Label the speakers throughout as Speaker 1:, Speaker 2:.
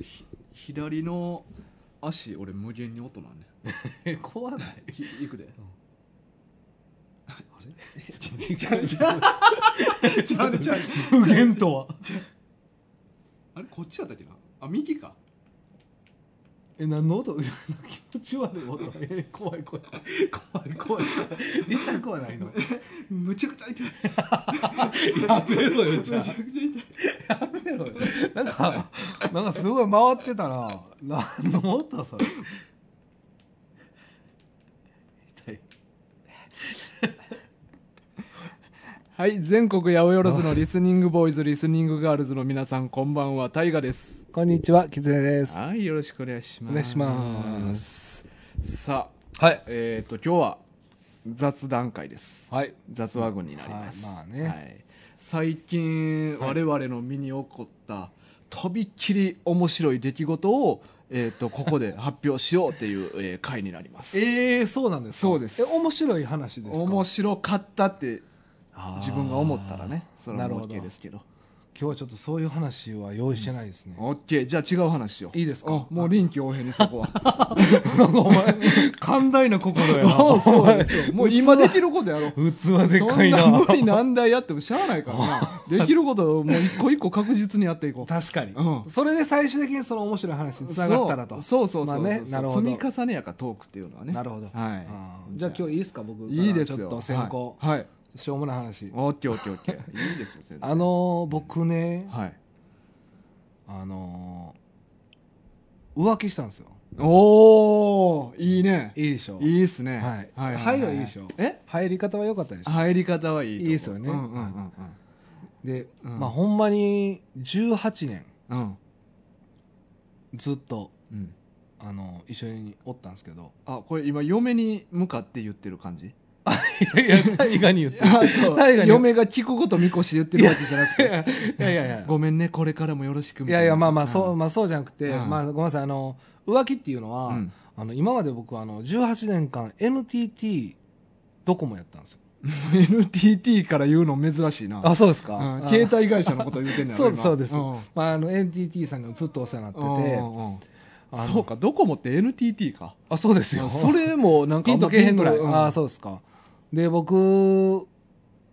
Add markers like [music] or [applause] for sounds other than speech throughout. Speaker 1: ひ左の足俺無限に音なんね [laughs]
Speaker 2: え怖ない
Speaker 1: いいくで
Speaker 2: あれちゃうちゃう
Speaker 1: ちゃうちゃう
Speaker 2: 無限とは
Speaker 1: あれこっちやったっけなあ右か
Speaker 2: え何の音気持ち悪 [laughs] い音え怖い怖い怖い怖い痛くはないの
Speaker 1: むちゃくちゃ痛い
Speaker 2: やめろよ
Speaker 1: むちゃくちゃ痛い
Speaker 2: やめろよなんかなんかすごい回ってたな何の音それ痛い
Speaker 1: はい全国八百万のリスニングボーイズリスニングガールズの皆さんこんばんはタイガです
Speaker 2: こんにちはキツネです
Speaker 1: はいよろしくお願いします
Speaker 2: お願いします
Speaker 1: さあ
Speaker 2: はい
Speaker 1: えっ、と今日は雑談会です
Speaker 2: はい
Speaker 1: 雑話群になります、
Speaker 2: はいまあね
Speaker 1: はい最近
Speaker 2: はい
Speaker 1: 我々の身に起こったとびっきり面白い出来事を、えー、とここで発表しようっていう、えー回になります
Speaker 2: えー、そうなんですか
Speaker 1: そうです
Speaker 2: え面白い話ですか
Speaker 1: 面白かったって自分が思ったらね
Speaker 2: あ
Speaker 1: そ
Speaker 2: ー
Speaker 1: れはもう
Speaker 2: なるほど
Speaker 1: OK ですけど
Speaker 2: 今日はちょっとそういう話は用意してないですね、
Speaker 1: OK じゃあ違う話しよう
Speaker 2: い
Speaker 1: い
Speaker 2: いですか
Speaker 1: もう臨機応変にそ
Speaker 2: [laughs]
Speaker 1: こは
Speaker 2: お [laughs] 前寛大な心や [laughs] な
Speaker 1: もうそうですよ [laughs] もう今できることやろう
Speaker 2: 器でっ
Speaker 1: そ
Speaker 2: かい
Speaker 1: ん
Speaker 2: な
Speaker 1: な無理難題やってもしゃあないから
Speaker 2: [laughs]
Speaker 1: なできることをもう一個一個確実にやっていこう
Speaker 2: 確かに、
Speaker 1: うん
Speaker 2: それで最終的にその面白い話につながったらと
Speaker 1: そうそうそう
Speaker 2: ま
Speaker 1: そ
Speaker 2: あ
Speaker 1: う、
Speaker 2: ね、なるほど
Speaker 1: 積み重ねやからトークっていうのはね
Speaker 2: なるほど、
Speaker 1: はい
Speaker 2: あーじゃあ今日いいですか僕から
Speaker 1: いいですよ
Speaker 2: ちょっと先行、
Speaker 1: はい、はい、
Speaker 2: しょうもない話
Speaker 1: オッケーオッケーオッケーいいですよ全然
Speaker 2: あのー僕ね
Speaker 1: はい
Speaker 2: あのー浮気したんですよ
Speaker 1: おーいいね
Speaker 2: いいでしょ
Speaker 1: いいっすね
Speaker 2: はい
Speaker 1: はい
Speaker 2: 入りはいいでしょ
Speaker 1: え
Speaker 2: 入り方は良かったでしょ
Speaker 1: 入り方はいいと思う
Speaker 2: いいっすよね
Speaker 1: うんうんうん
Speaker 2: で、
Speaker 1: うん
Speaker 2: まあほんまに18年
Speaker 1: うんうん
Speaker 2: ずっと
Speaker 1: うん
Speaker 2: あの一緒におったんですけど
Speaker 1: あこれ今嫁に向かって言ってる感じ
Speaker 2: いやいや大河に言っ
Speaker 1: いや [laughs] そう
Speaker 2: 大河に
Speaker 1: 嫁が聞くこと見越して言ってるわけじゃなくて
Speaker 2: いやいやいや
Speaker 1: ごめんねこれからもよろしく
Speaker 2: いやいやまあまあそうう,、まあ、そうじゃなくて、
Speaker 1: うん
Speaker 2: まあ、ごめんなさいあの浮気っていうのは、
Speaker 1: ん
Speaker 2: あの今まで僕はあの18年間 NTT ドコモやったんですよ
Speaker 1: NTT から言うの珍しいな
Speaker 2: そうです
Speaker 1: うん携帯会社のこと言うてんねやろ
Speaker 2: そうですそうです
Speaker 1: 今ん
Speaker 2: まあ、あの NTT さんにもずっとお世話になってて
Speaker 1: うんうんうん
Speaker 2: あの
Speaker 1: そうかドコモって NTT か
Speaker 2: あそうですよ
Speaker 1: それもなんか
Speaker 2: ピンとけへんぐらい、あ
Speaker 1: あ
Speaker 2: あ
Speaker 1: そ
Speaker 2: そうですかで僕こ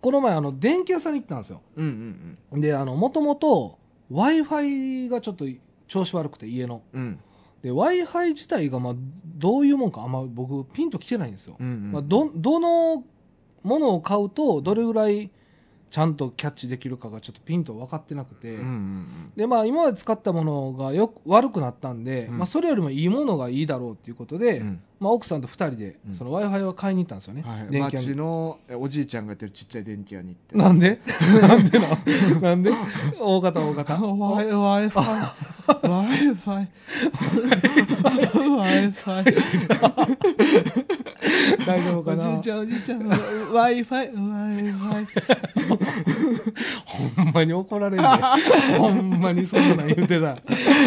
Speaker 2: の前あの電気屋さんに行ったんですよ
Speaker 1: うんうん
Speaker 2: であのもともと w i f i がちょっと調子悪くて家の
Speaker 1: うんうん
Speaker 2: で w i f i 自体がまあどういうもんかあんま僕ピンときてないんですよ、
Speaker 1: うんうん
Speaker 2: まあ、どどのものを買うとどれぐらいちゃんとキャッチできるかがちょっとピンと分かってなくて、
Speaker 1: うんうんうん
Speaker 2: でまあ、今まで使ったものがよく悪くなったんで、
Speaker 1: うん
Speaker 2: まあ、それよりもいいものがいいだろうということで、
Speaker 1: うん
Speaker 2: まあ、奥さんと2人で
Speaker 1: うん
Speaker 2: w i f i を買いに行ったんですよね、
Speaker 1: はい、
Speaker 2: 電気屋
Speaker 1: 町
Speaker 2: に
Speaker 1: のえおじいちゃんがやってるちっちゃい電気屋に行って
Speaker 2: なん
Speaker 1: [laughs]
Speaker 2: でなんでななんで大方大方
Speaker 1: ワイワイファイワイファイワイファイ
Speaker 2: 大丈夫か
Speaker 1: おじ
Speaker 2: ない
Speaker 1: ちゃんおじいちゃんワイファイワイファイ
Speaker 2: ほんまに怒られ
Speaker 1: [laughs]
Speaker 2: るでほんまにそんなん言うてた。い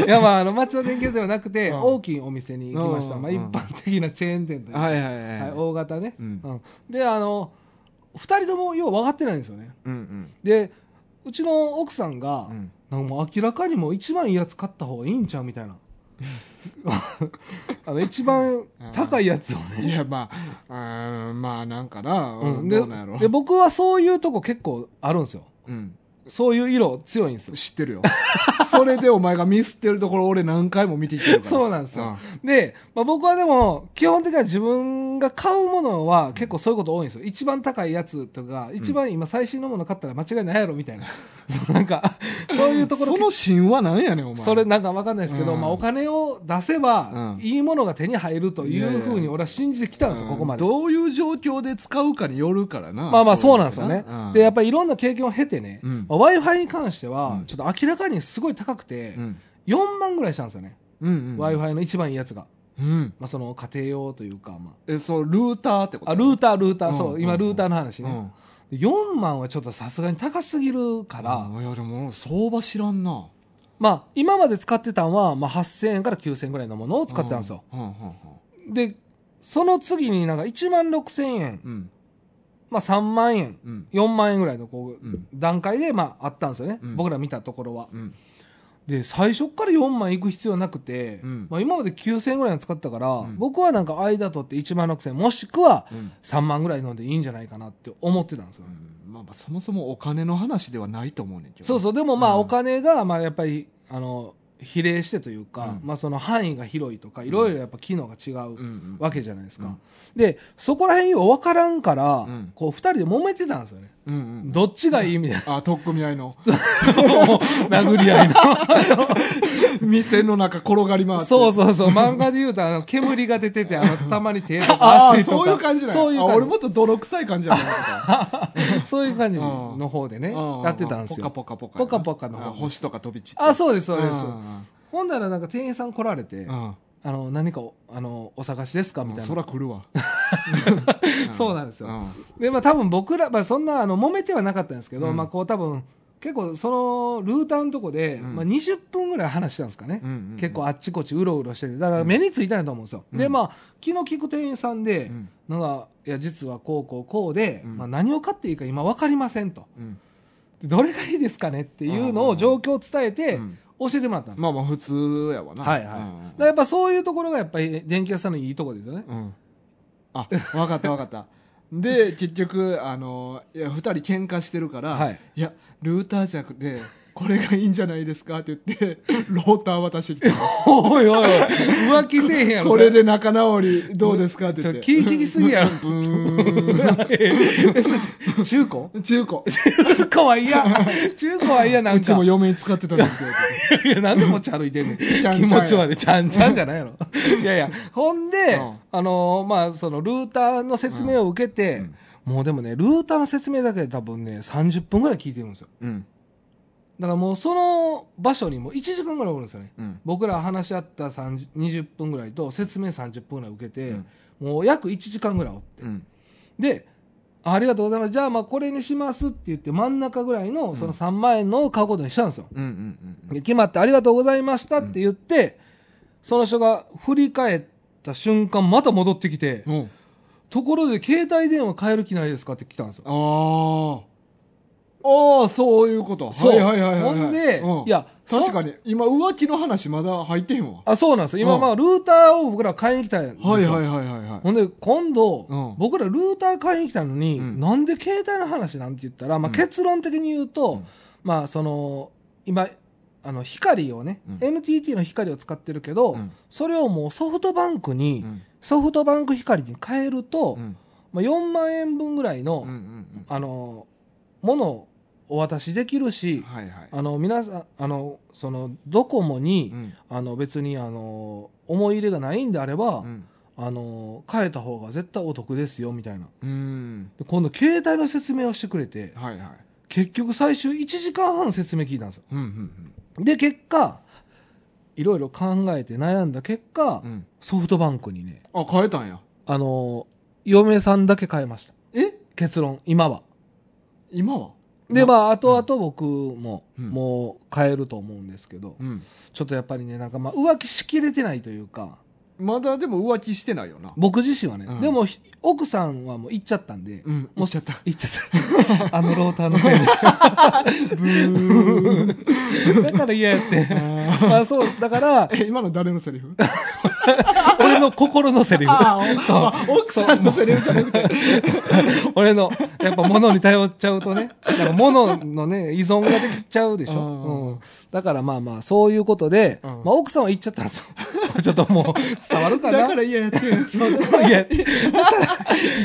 Speaker 2: や、まあ、あの、町の電気屋ではなくて、
Speaker 1: うん
Speaker 2: 大きいお店に行きました。
Speaker 1: うん
Speaker 2: まあ、
Speaker 1: うん
Speaker 2: 一般的なチェーン店というか、
Speaker 1: はいはいはい
Speaker 2: はい大型ね、
Speaker 1: うん
Speaker 2: うんで、あの、二人ともよう分かってないんですよね。
Speaker 1: うん
Speaker 2: で、うちの奥さん
Speaker 1: う
Speaker 2: が
Speaker 1: んう、ん
Speaker 2: なんかもう明らかにもう一番いいやつ買った方がいいんちゃうみた
Speaker 1: [laughs]
Speaker 2: いな。あの、一番高いやつをね。
Speaker 1: いやまああーまあなんかな、
Speaker 2: うん
Speaker 1: ど
Speaker 2: で
Speaker 1: うなんやろ
Speaker 2: で、僕はそういうとこ結構あるんですよ。
Speaker 1: うん、
Speaker 2: そういう色強いんですよ。
Speaker 1: 知ってるよ [laughs] それでお前がミスってるところ俺何回も見てきてるから
Speaker 2: そうなんですよ。で、まあ、僕はでも、基本的には自分が買うものは結構そういうこと多いんですよ。一番高いやつとか、一番今最新のもの買ったら間違いないやろみたいな。 [laughs] そうなんか、そういうところ
Speaker 1: その神話なんやねんお前
Speaker 2: それなんかわかんないですけど、
Speaker 1: うん
Speaker 2: まあお金を出せば
Speaker 1: うん
Speaker 2: いいものが手に入るというふうに俺は信じてきたんですよ、ここまで。
Speaker 1: うんどういう状況で使うかによるからな
Speaker 2: まあまあそうなんですよね。で、やっ
Speaker 1: ぱ
Speaker 2: ぱりいろんな経験を経てね、
Speaker 1: うん
Speaker 2: Wi-Fi に関して
Speaker 1: う
Speaker 2: は
Speaker 1: ん、
Speaker 2: ちょっと明らかにすごい高くて、
Speaker 1: うん
Speaker 2: 4万ぐらいしたんですよね。
Speaker 1: うんうん
Speaker 2: Wi-Fi の一番いいやつが。
Speaker 1: うん
Speaker 2: まあその家庭用というか、まあ。
Speaker 1: えそうルーターってこと
Speaker 2: あルーター、ルータ
Speaker 1: う
Speaker 2: ー、
Speaker 1: ん
Speaker 2: そう、
Speaker 1: う
Speaker 2: 今、
Speaker 1: ん
Speaker 2: ルーターの話ね、
Speaker 1: ね
Speaker 2: 4万はちょっとさすがに高すぎるか、
Speaker 1: からいやでも相場知らんな
Speaker 2: まあ、今まで使ってたのは、まあ、8000円から9000円ぐらいのものを使ってたんですよ。
Speaker 1: うんうんうん
Speaker 2: で、その次になんか1万6000円、
Speaker 1: うん
Speaker 2: まあ、3万円、
Speaker 1: うん
Speaker 2: 4万円ぐらいのこう、
Speaker 1: うん
Speaker 2: 段階で、まあ、あったんですよね、
Speaker 1: うん
Speaker 2: 僕ら見たところは。
Speaker 1: うん
Speaker 2: で最初から4万いく必要なくて、
Speaker 1: うん
Speaker 2: まあ、今まで9000円ぐらいの使ったから、
Speaker 1: ん
Speaker 2: 僕はなんか間取って1万6000円もしくは
Speaker 1: うん
Speaker 2: 3万ぐらい飲んでいいんじゃないかなって思ってたんですよ、
Speaker 1: うんまあまあそもそもお金の話ではないと思うねんけど
Speaker 2: そうそうでもま
Speaker 1: う
Speaker 2: あ
Speaker 1: ん
Speaker 2: お金がまあやっぱりあの比例してというか、
Speaker 1: うん
Speaker 2: まあ、その範囲が広いとかいろいろやっぱ機能が違う
Speaker 1: うんうん
Speaker 2: わけじゃないですか、
Speaker 1: うん
Speaker 2: でそこら辺よう分からんから、
Speaker 1: うん
Speaker 2: こう2人で揉めてたんですよね、
Speaker 1: うんうん
Speaker 2: どっちがいいみたいな
Speaker 1: あ取っ組み合いの
Speaker 2: もう殴り
Speaker 1: [laughs]
Speaker 2: 合いの
Speaker 1: 店の中転がり回って
Speaker 2: そうそうそう、漫画で言うと、あの、煙が出てて、あの、たま
Speaker 1: [laughs]
Speaker 2: に手とか
Speaker 1: ああ
Speaker 2: 足とか。
Speaker 1: そういう感じなんや
Speaker 2: そういう感じ。
Speaker 1: あ俺もっと泥臭い感じやなと
Speaker 2: [laughs]
Speaker 1: か
Speaker 2: そういう感じの方でね、
Speaker 1: うん
Speaker 2: やってたんですよ。
Speaker 1: ポカポカ
Speaker 2: ポカポカの方
Speaker 1: あ星とか飛び散って
Speaker 2: あ、そうです、そうです。
Speaker 1: ん
Speaker 2: ほんならなんか店員さん来られて
Speaker 1: う、ん
Speaker 2: あの、何かお、あの、お探しですかみ
Speaker 1: うん
Speaker 2: たい
Speaker 1: 空
Speaker 2: な。
Speaker 1: 来るわ
Speaker 2: [laughs] そうなんですよ
Speaker 1: ん
Speaker 2: で、まあ多分僕ら、まあそんな、あの、揉めてはなかったんですけど、
Speaker 1: うん
Speaker 2: まあこう多分、結構そのルーターのとこで、
Speaker 1: うん
Speaker 2: まあ20分ぐらい話したんですかね。
Speaker 1: うんうんうん
Speaker 2: 結構あっちこっちうろうろしてて、だから目についたんやと思うんですよ。
Speaker 1: うん
Speaker 2: で、まあ、気の利く店員さんで、
Speaker 1: うん
Speaker 2: なんか、いや、実はこうこうこうで、
Speaker 1: うん
Speaker 2: まあ、何を買っていいか今分かりませんと。
Speaker 1: うん
Speaker 2: でどれがいいですかねっていうの
Speaker 1: う
Speaker 2: を
Speaker 1: ん
Speaker 2: 状況を伝えて
Speaker 1: う、ん
Speaker 2: 教えてもらったんですよ。
Speaker 1: まあまあ普通やわな
Speaker 2: はい
Speaker 1: う
Speaker 2: はい。だ
Speaker 1: んうんうん
Speaker 2: からやっぱそういうところがやっぱり電気屋さんのいいところですよね。
Speaker 1: うん、あ分かった分かったで結局あのいや2人喧嘩してるから、
Speaker 2: はい [laughs]
Speaker 1: やルーターじゃなくてこれがいいんじゃないですかって言ってローター渡してきて
Speaker 2: おいおいおい、浮気せえへんやろ。
Speaker 1: これで
Speaker 2: で。
Speaker 1: 仲直りどうですかって
Speaker 2: ち
Speaker 1: 言っ
Speaker 2: ょ、
Speaker 1: て
Speaker 2: 気利きすぎやろ。
Speaker 1: ブーン
Speaker 2: えそれ中古
Speaker 1: 中古
Speaker 2: 中古は嫌。中古は嫌なんか。
Speaker 1: うちも嫁に使ってたんですけど
Speaker 2: いや、なんで持ち歩いてんねん。
Speaker 1: ゃんちゃん
Speaker 2: 気持ち悪い。ちゃんちゃんじゃないやろ。いやいや、ほんで、
Speaker 1: うん
Speaker 2: あのーまあ、その、ルーターの説明を受けて、
Speaker 1: うん
Speaker 2: もうでもね、ルーターの説明だけで多分ね、30分ぐらい聞いてるんですよ。
Speaker 1: うん
Speaker 2: だからもうその場所にもう1時間ぐらいおるんですよね。
Speaker 1: うん
Speaker 2: 僕ら話し合った30 20分ぐらいと説明30分ぐらい受けて、
Speaker 1: うん
Speaker 2: もう約1時間ぐらいおって。
Speaker 1: うん
Speaker 2: で、あありがとうございます。じゃあまあこれにしますって言って真ん中ぐらいのその3万円のを買うことにしたんですよ。
Speaker 1: うんうん
Speaker 2: で決まってありがとうございましたって言って、その人が振り返った瞬間、また戻ってきて、
Speaker 1: うんうん
Speaker 2: ところで携帯電話変える気ないですかって来たんですよ。
Speaker 1: ああああそういうことはいはいはいはいはい
Speaker 2: ほんで、
Speaker 1: うん
Speaker 2: いや、
Speaker 1: 確
Speaker 2: そ
Speaker 1: かに今浮気の話まだ入ってへんわ
Speaker 2: あ、そうなんですよ。今、
Speaker 1: うん
Speaker 2: まあ、ルーターを僕ら買いに来たんですよ。
Speaker 1: はいはいはいはいはい
Speaker 2: ほんで、今度、
Speaker 1: うん
Speaker 2: 僕らルーター買いに来たのに、
Speaker 1: うん
Speaker 2: なんで携帯の話なんて言ったら、まあ、
Speaker 1: うん
Speaker 2: 結論的に言うと、
Speaker 1: うん
Speaker 2: まあ、その、今、あの、光をね、
Speaker 1: うん
Speaker 2: NTT の光を使ってるけど、
Speaker 1: うん
Speaker 2: それをもうソフトバンクに、
Speaker 1: うん
Speaker 2: ソフトバンク光に変えると、
Speaker 1: うん
Speaker 2: まあ、4万円分ぐらいの、
Speaker 1: うんうん
Speaker 2: あのものをお渡しできる
Speaker 1: うん
Speaker 2: し、
Speaker 1: はいはい
Speaker 2: あの皆さんあのそのドコモに、
Speaker 1: うん
Speaker 2: あの別にあの思い入れがないんであれば、
Speaker 1: うん
Speaker 2: あの変えた方が絶対お得ですよみたいな
Speaker 1: うん
Speaker 2: で今度携帯の説明をしてくれて
Speaker 1: はいはい
Speaker 2: 結局最終1時間半説明聞いたんですよ
Speaker 1: うんうん
Speaker 2: で結果いろいろ考えて悩んだ結果、
Speaker 1: うんうん
Speaker 2: ソフトバンクにね
Speaker 1: あ変えたんや
Speaker 2: あの嫁さんだけ変えました
Speaker 1: え
Speaker 2: 結論今は
Speaker 1: 今は
Speaker 2: で
Speaker 1: な
Speaker 2: まああとあと僕も、
Speaker 1: うん
Speaker 2: もう変えると思うんですけど、
Speaker 1: うん
Speaker 2: ちょっとやっぱりねなんかまあ浮気しきれてないというか
Speaker 1: まだでも浮気してないよな
Speaker 2: 僕自身はね、
Speaker 1: うん
Speaker 2: でもひ奥さんはもう行っちゃったんで、
Speaker 1: うん
Speaker 2: も
Speaker 1: もし
Speaker 2: し
Speaker 1: ちゃった
Speaker 2: 行っちゃったあのローターのせいでだから嫌やってまあそうだから [laughs]
Speaker 1: え今の誰のセリフ
Speaker 2: 俺の心のセリフ [laughs]
Speaker 1: あ奥さんのセリフじゃなくて
Speaker 2: 俺のやっぱ物に頼っちゃうとねなんか物のね依存ができちゃうでしょ、
Speaker 1: うん
Speaker 2: うんだからまあまあそういうことで、
Speaker 1: うん
Speaker 2: まあ、奥さんは言っちゃったんですよこれちょっともう伝わるかな
Speaker 1: だから嫌やって [laughs] ん
Speaker 2: そうでもいやだから言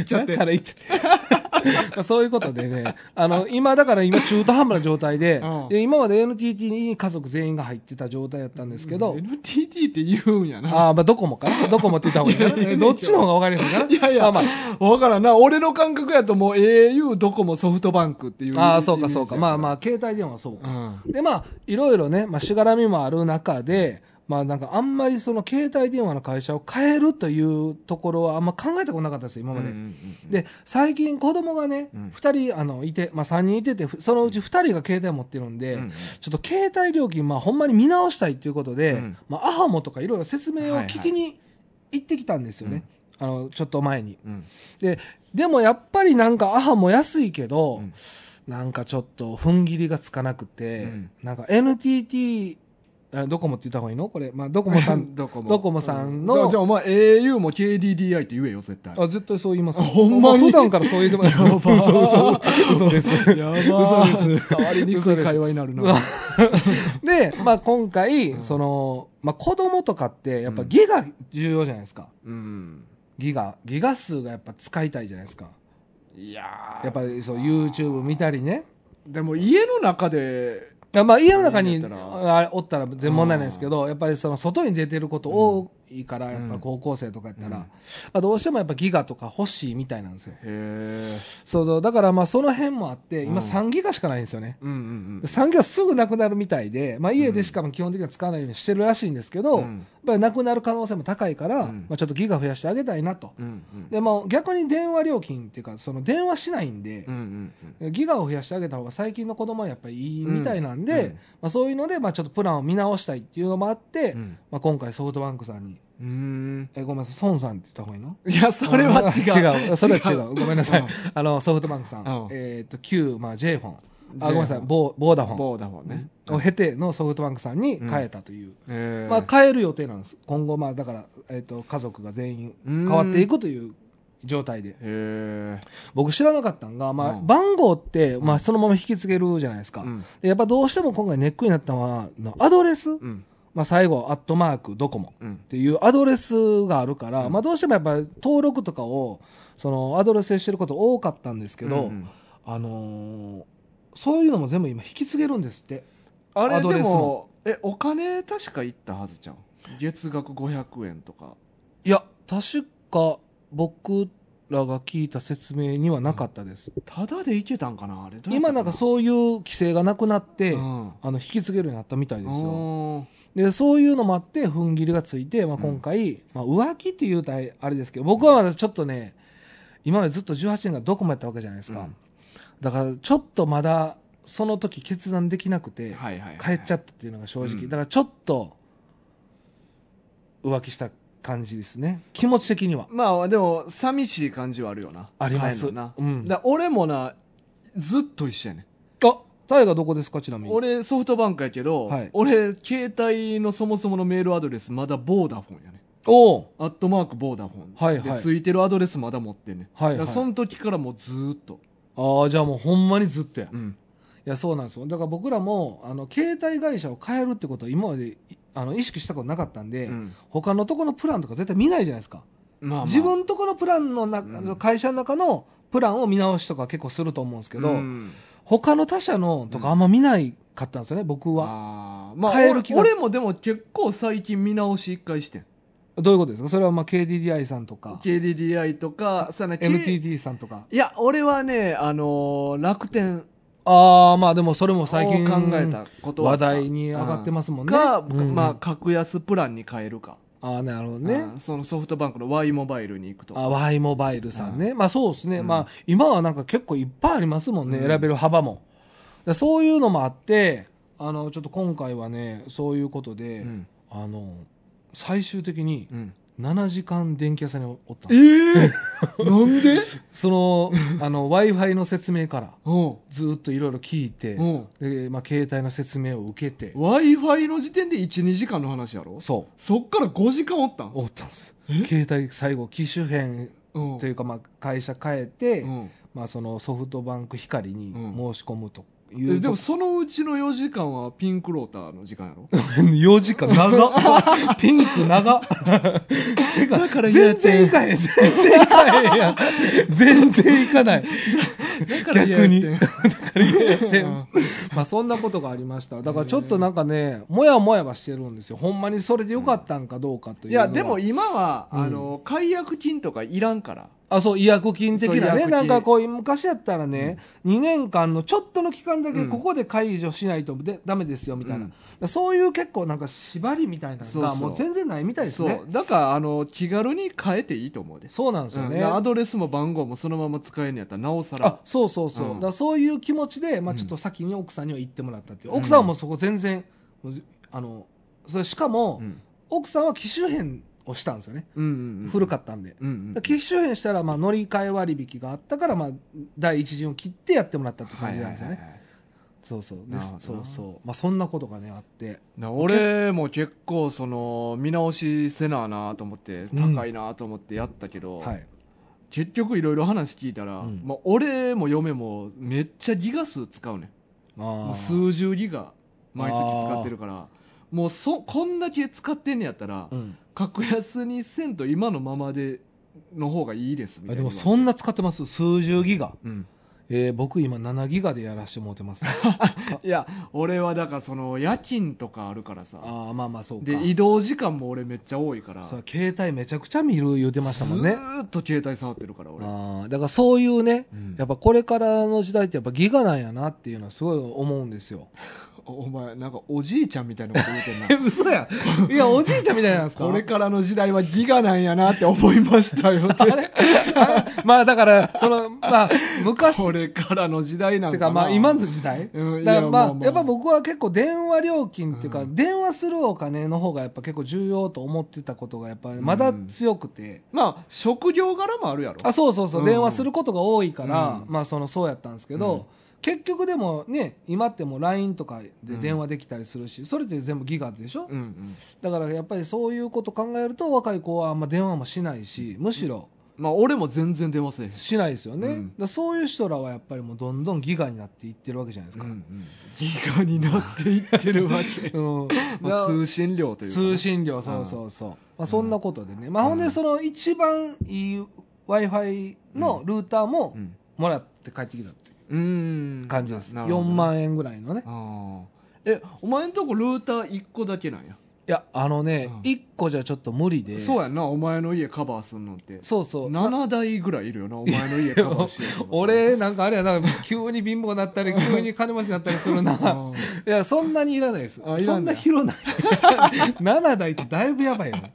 Speaker 2: っ
Speaker 1: ちゃって
Speaker 2: だから言っち [laughs] ゃってそういうことでねあの今だから今中途半端な状態で,、
Speaker 1: うん
Speaker 2: で今まで NTT に家族全員が入ってた状態だったんですけど、
Speaker 1: NTT って言うんやな
Speaker 2: ああまあドコモかなドコモって言った方がいいか
Speaker 1: いやい
Speaker 2: な
Speaker 1: や
Speaker 2: どっちの方が分かりやすいかな
Speaker 1: い
Speaker 2: い
Speaker 1: やいや、
Speaker 2: まあまあ
Speaker 1: わからんな。俺の感覚やともう au、ドコモ、ソフトバンクっていう。
Speaker 2: ああ、そうかそうか。まあま
Speaker 1: あ。
Speaker 2: あ、携帯電話はそう
Speaker 1: う
Speaker 2: か。
Speaker 1: ん。
Speaker 2: で、まあ、いろいろね、まあ、しがらみもある中で、まあなんかあんまりその携帯電話の会社を変えるというところはあんま考えたことなかったんですよ、今まで。で、最近子供がね、
Speaker 1: うん
Speaker 2: 二2人あのいて、まあ3人いてて、ふそのうち2人が携帯持ってるんで、
Speaker 1: うんうん
Speaker 2: ちょっと携帯料金、まあほんまに見直したいということで、
Speaker 1: うん
Speaker 2: まあアハモとかいろいろ説明を聞きに行ってきたんですよね。あの、ちょっと前に。
Speaker 1: うん。
Speaker 2: で、でもやっぱりなんかアハも安いけど、
Speaker 1: うん
Speaker 2: なんかちょっと踏ん切りがつかなくて、
Speaker 1: うん
Speaker 2: なんか NTT あドコモって言った方がいいのこれ、まあ、ドコモさん
Speaker 1: [laughs] ドコモ
Speaker 2: ドコモさんの
Speaker 1: じゃあじゃあお前 au も KDDI って言えよ絶対
Speaker 2: あ絶対そう言いますよ
Speaker 1: あ [laughs] ほんまに
Speaker 2: あ普段からそう言ってます
Speaker 1: [laughs] やば
Speaker 2: 嘘嘘嘘嘘です嘘です
Speaker 1: [laughs] 伝わりにく
Speaker 2: 嘘
Speaker 1: い
Speaker 2: です
Speaker 1: 会話になるな
Speaker 2: うわで、まあ、今回、その、まあ、子供とかってやっぱギガ重要じゃないですか、
Speaker 1: うん
Speaker 2: ギガギガ数がやっぱ使いたいじゃないですか
Speaker 1: いやー
Speaker 2: やっぱりそう YouTube 見たりね
Speaker 1: でも家の中で
Speaker 2: いやまあ家の中に
Speaker 1: 家にいたら
Speaker 2: あおったら全問題ないですけど、やっぱりその外に出てること多いから、やっぱ高校生とかやったら、
Speaker 1: うん
Speaker 2: まあ、どうしてもやっぱギガとか欲しいみたいなんですよ。
Speaker 1: へえ
Speaker 2: そうそうだからまあその辺もあって、
Speaker 1: う
Speaker 2: 今
Speaker 1: ん
Speaker 2: 3ギガしかないんですよね。
Speaker 1: うんうん
Speaker 2: 3ギガすぐなくなるみたいで、まあ、家でしかも基本的には使わないようにしてるらしいんですけど、
Speaker 1: うん
Speaker 2: やっぱりなくなる可能性も高いから、
Speaker 1: うん
Speaker 2: まあ、ちょっとギガ増やしてあげたいなと。
Speaker 1: うんうんうん
Speaker 2: でも逆に電話料金っていうかその電話しないんで
Speaker 1: う、んうん
Speaker 2: ギガを増やしてあげた方が最近の子供はやっぱりいいみたいなんで、
Speaker 1: うんうん
Speaker 2: まあ、そういうので、まあ、ちょっとプランを見直したいっていうのもあって、
Speaker 1: うん
Speaker 2: まあ、今回ソフトバンクさんに
Speaker 1: うん
Speaker 2: えごめんなさい孫さんって言った方がいいの
Speaker 1: いやそれは違う
Speaker 2: あ違うそれは違うごめんなさい、
Speaker 1: うん
Speaker 2: あのソフトバンクさん、
Speaker 1: うん
Speaker 2: えっ、と旧、まあ、J フォン
Speaker 1: J
Speaker 2: あごめんなさいボーボーダフォン
Speaker 1: ボーダフォンね
Speaker 2: を経てのソフトバンクさんに変えたという、
Speaker 1: へー
Speaker 2: まあ、変える予定なんです今後まあだから、えっと家族が全員変わっていくという状態で
Speaker 1: へえ
Speaker 2: 僕知らなかったんが、まあ
Speaker 1: うん
Speaker 2: 番号って、まあ、そのまま引き継げるじゃないですか、
Speaker 1: うん
Speaker 2: でやっぱどうしても今回ネックになったのはのアドレス、
Speaker 1: うん
Speaker 2: まあ、最後アットマークドコモ
Speaker 1: うん
Speaker 2: っていうアドレスがあるから、
Speaker 1: うん
Speaker 2: まあ、どうしてもやっぱり登録とかをそのアドレスでしてること多かったんですけど、
Speaker 1: うんうん
Speaker 2: あのーそういうのも全部今引き継げるんですって
Speaker 1: あ
Speaker 2: ア
Speaker 1: れ
Speaker 2: ド
Speaker 1: で
Speaker 2: レス
Speaker 1: も
Speaker 2: も
Speaker 1: えお金確かいったはずじゃん月額500円とか
Speaker 2: いや確か僕らが聞いた説明にはなかったです、
Speaker 1: ただでいけたんかなあれ
Speaker 2: 今なんかそういう規制がなくなって、
Speaker 1: ううん
Speaker 2: あの引き継げるようになったみたいですよ、
Speaker 1: おー
Speaker 2: でそういうのもあって踏ん切りがついて、まあ、今回、まあ、浮気っていうとあれですけど僕はまだちょっとね今までずっと18年がどこもやったわけじゃないですか、
Speaker 1: うん
Speaker 2: だからちょっとまだその時決断できなくて
Speaker 1: はいはいはい
Speaker 2: 帰っちゃったっていうのが正直、
Speaker 1: うん
Speaker 2: だからちょっと浮気した感じですね気持ち的には
Speaker 1: まあでも寂しい感じはあるよな
Speaker 2: あります
Speaker 1: 帰んのな、
Speaker 2: うん
Speaker 1: だ俺もなずっと一緒やね
Speaker 2: あタイがどこですかちなみに
Speaker 1: 俺ソフトバンクやけど、
Speaker 2: はい
Speaker 1: 俺携帯のそもそものメールアドレスまだボーダフォンやね
Speaker 2: おお
Speaker 1: アットマークボーダフォン、
Speaker 2: はいはい
Speaker 1: でついてるアドレスまだ持ってんね、
Speaker 2: はいはい
Speaker 1: だからその時からもうずーっと、
Speaker 2: ああじゃあもうほんまにずっとや、
Speaker 1: うん
Speaker 2: いやそうなんですよだから僕らもあの携帯会社を変えるってことを今までいあの意識したことなかったんで、
Speaker 1: うん
Speaker 2: 他のとこのプランとか絶対見ないじゃないですか、
Speaker 1: まあまあ
Speaker 2: 自分とこのプランの中、
Speaker 1: うん
Speaker 2: 会社の中のプランを見直しとか結構すると思うんですけど、
Speaker 1: うん
Speaker 2: 他の他社のとかあんま見ないかったんですよね、僕は
Speaker 1: あーまあ
Speaker 2: 変える気が
Speaker 1: 俺俺もでも結構最近見直し一回してん
Speaker 2: どういうことですかそれはまあ KDDI さんとか
Speaker 1: KDDI とかさな K-
Speaker 2: NTT さんとか
Speaker 1: いや俺はね、あのー楽天
Speaker 2: ああまあでもそれも
Speaker 1: を
Speaker 2: 最近
Speaker 1: 考えたことはあ
Speaker 2: 話
Speaker 1: った
Speaker 2: 題に上がってますもんね、
Speaker 1: か、
Speaker 2: うん
Speaker 1: まあ、格安プランに変えるか、
Speaker 2: ああなるほどね、
Speaker 1: うんそのソフトバンクの Y モバイルに行くとか
Speaker 2: あ Y モバイルさんね、まあそうですね、
Speaker 1: うん
Speaker 2: まあ今はなんか結構いっぱいありますもんね、
Speaker 1: うん
Speaker 2: 選べる幅もでそういうのもあってあのちょっと今回はねそういうことで、
Speaker 1: うん
Speaker 2: あの最終的に
Speaker 1: うん
Speaker 2: 7時間電気屋さんにおったん
Speaker 1: え
Speaker 2: です [laughs]
Speaker 1: ーなんで
Speaker 2: その [laughs] w i f i の説明から
Speaker 1: うん
Speaker 2: ずっといろいろ聞いて、
Speaker 1: うん
Speaker 2: でまあ、携帯の説明を受けて
Speaker 1: w i f i の時点で12時間の話やろ
Speaker 2: そ
Speaker 1: そっから5時間おった
Speaker 2: うんおったんです携帯最後機種変
Speaker 1: うん
Speaker 2: というか、まあ、会社変えて、
Speaker 1: うん
Speaker 2: まあ、そのソフトバンク光に申し込むというと、
Speaker 1: えでもそのうちの4時間はピンクローターの時間やろ
Speaker 2: 4時間
Speaker 1: [laughs]
Speaker 2: 長っピンク長ってか
Speaker 1: だから嫌や
Speaker 2: 全
Speaker 1: って
Speaker 2: 然いかへん全然いかへんやん全然いかない
Speaker 1: だから嫌や
Speaker 2: 逆
Speaker 1: って
Speaker 2: に
Speaker 1: ん
Speaker 2: だから嫌やって
Speaker 1: うん
Speaker 2: まあそんなことがありましただからちょっとなんかねもやもやはしてるんですよほんまにそれでよかったんかどうかという
Speaker 1: [laughs] い
Speaker 2: のは
Speaker 1: やでも今は、
Speaker 2: うん
Speaker 1: あの解約金とかいらんから
Speaker 2: あそう違約金的な
Speaker 1: そう
Speaker 2: ね
Speaker 1: 違約金
Speaker 2: なんかこう昔やったらね、2年間のちょっとの期間だけ
Speaker 1: うん
Speaker 2: ここで解除しないとでダメですよみたいな、
Speaker 1: うん
Speaker 2: だからそういう結構なんか縛りみたいなの
Speaker 1: そう
Speaker 2: が
Speaker 1: そう
Speaker 2: もう全然ないみたいですね
Speaker 1: そうだからあの気軽に変えていいと思うで
Speaker 2: そうなんですよね、
Speaker 1: うんアドレスも番号もそのまま使えるんやったらなおさ
Speaker 2: あ
Speaker 1: ら
Speaker 2: そうそうそう、
Speaker 1: うん
Speaker 2: だからそういう気持ちで、まあ、
Speaker 1: うん
Speaker 2: ちょっと先に奥さんには行ってもらったっていう、
Speaker 1: うん
Speaker 2: 奥さんはもうそこ全然もうずあのそれしかも、
Speaker 1: うん
Speaker 2: 奥さんは機種変をしたんですよね、
Speaker 1: うんうんうん
Speaker 2: 古かったんで、
Speaker 1: うんうん
Speaker 2: だから機種変したら、まあ、乗り換え割引があったから、まあ、第一陣を切ってやってもらったって感じなんですよね、
Speaker 1: はいはいはいはい
Speaker 2: そうそう
Speaker 1: な
Speaker 2: で
Speaker 1: るほどな
Speaker 2: そうそうまあそんなことがねあって
Speaker 1: な俺も結構その見直しせなあなと思って
Speaker 2: うん
Speaker 1: 高いなと思ってやったけど、
Speaker 2: はい
Speaker 1: 結局いろいろ話聞いたら、
Speaker 2: うん
Speaker 1: まあ、俺も嫁もめっちゃギガ数使うね
Speaker 2: あ
Speaker 1: んもう
Speaker 2: ー
Speaker 1: 数十ギガ毎月使ってるからもうそこんだけ使ってんねやったら、
Speaker 2: うん
Speaker 1: 格安にせんと今のままでの方がいいですみた
Speaker 2: あ
Speaker 1: いな
Speaker 2: でもそんな使ってます数十ギガ、
Speaker 1: うん
Speaker 2: えー僕今7ギガでやらしてもらって [laughs] ます
Speaker 1: いや俺はだからその夜勤とかあるからさ
Speaker 2: ああまあまあそうか
Speaker 1: で移動時間も俺めっちゃ多いから
Speaker 2: そう携帯めちゃくちゃ見る言うてましたもんね
Speaker 1: ずーっと携帯触ってるから俺、
Speaker 2: あーだからそういうね
Speaker 1: うん
Speaker 2: やっぱこれからの時代ってやっぱギガなんやなっていうのはすごい思うんですよ
Speaker 1: お前なんかおじいちゃんみたいなこと言うてんな
Speaker 2: [laughs] 嘘やいやおじいちゃんみたいなんですか
Speaker 1: これからの時代はギガなんやなって思いましたよって
Speaker 2: [laughs] まあだからそのまあ昔
Speaker 1: これからの時代なん
Speaker 2: て
Speaker 1: か
Speaker 2: か
Speaker 1: な
Speaker 2: まあ今の時代、
Speaker 1: うん
Speaker 2: だか
Speaker 1: い
Speaker 2: ら
Speaker 1: や
Speaker 2: まあ
Speaker 1: まあまあ
Speaker 2: やっぱ僕は結構電話料金っていうか、
Speaker 1: うん
Speaker 2: 電話するお金の方がやっぱ結構重要と思ってたことがやっぱまだ強くて、
Speaker 1: まあ職業柄もあるやろ
Speaker 2: あそうそうそう、
Speaker 1: うん
Speaker 2: 電話することが多いから、
Speaker 1: うん
Speaker 2: まあそのそうやったんですけど、
Speaker 1: うん
Speaker 2: 結局でもね今ってもう LINE とかで電話できたりするし、それって全部ギガでしょ、
Speaker 1: うんうん
Speaker 2: だからやっぱりそういうこと考えると若い子はあんま電話もしないしむしろ
Speaker 1: まあ俺も全然出ません
Speaker 2: しないですよね、
Speaker 1: うん
Speaker 2: だからそういう人らはやっぱりもうどんどんギガになっていってるわけじゃないですか、
Speaker 1: ギガになっていってるわけ
Speaker 2: [laughs] うん
Speaker 1: [laughs] まあ通信量というかね
Speaker 2: 通信量そうそうそう、まあ、そんなことでね、まあ、ほん
Speaker 1: う
Speaker 2: で
Speaker 1: ん
Speaker 2: その一番いい w i f i のルーターも
Speaker 1: うん
Speaker 2: もらって帰ってきたっていう
Speaker 1: うーん
Speaker 2: 感じです、
Speaker 1: なるほ
Speaker 2: 4
Speaker 1: どね
Speaker 2: 万円ぐらいのね
Speaker 1: あーえお前んとこルーター1個だけなんや、
Speaker 2: いやあのね、
Speaker 1: うん
Speaker 2: 一1個じゃちょっと無理で
Speaker 1: そうやんなお前の家カバーすんのって
Speaker 2: そうそう
Speaker 1: 7台ぐらいいるよなお前の家カバーしようと思ったら
Speaker 2: 俺なんかあれやな急に貧乏になったり急に金持ちになったりするな
Speaker 1: うん
Speaker 2: いやそんなにいらないです
Speaker 1: あいらんだ
Speaker 2: そんな広ない [laughs] 7台ってだいぶやばいな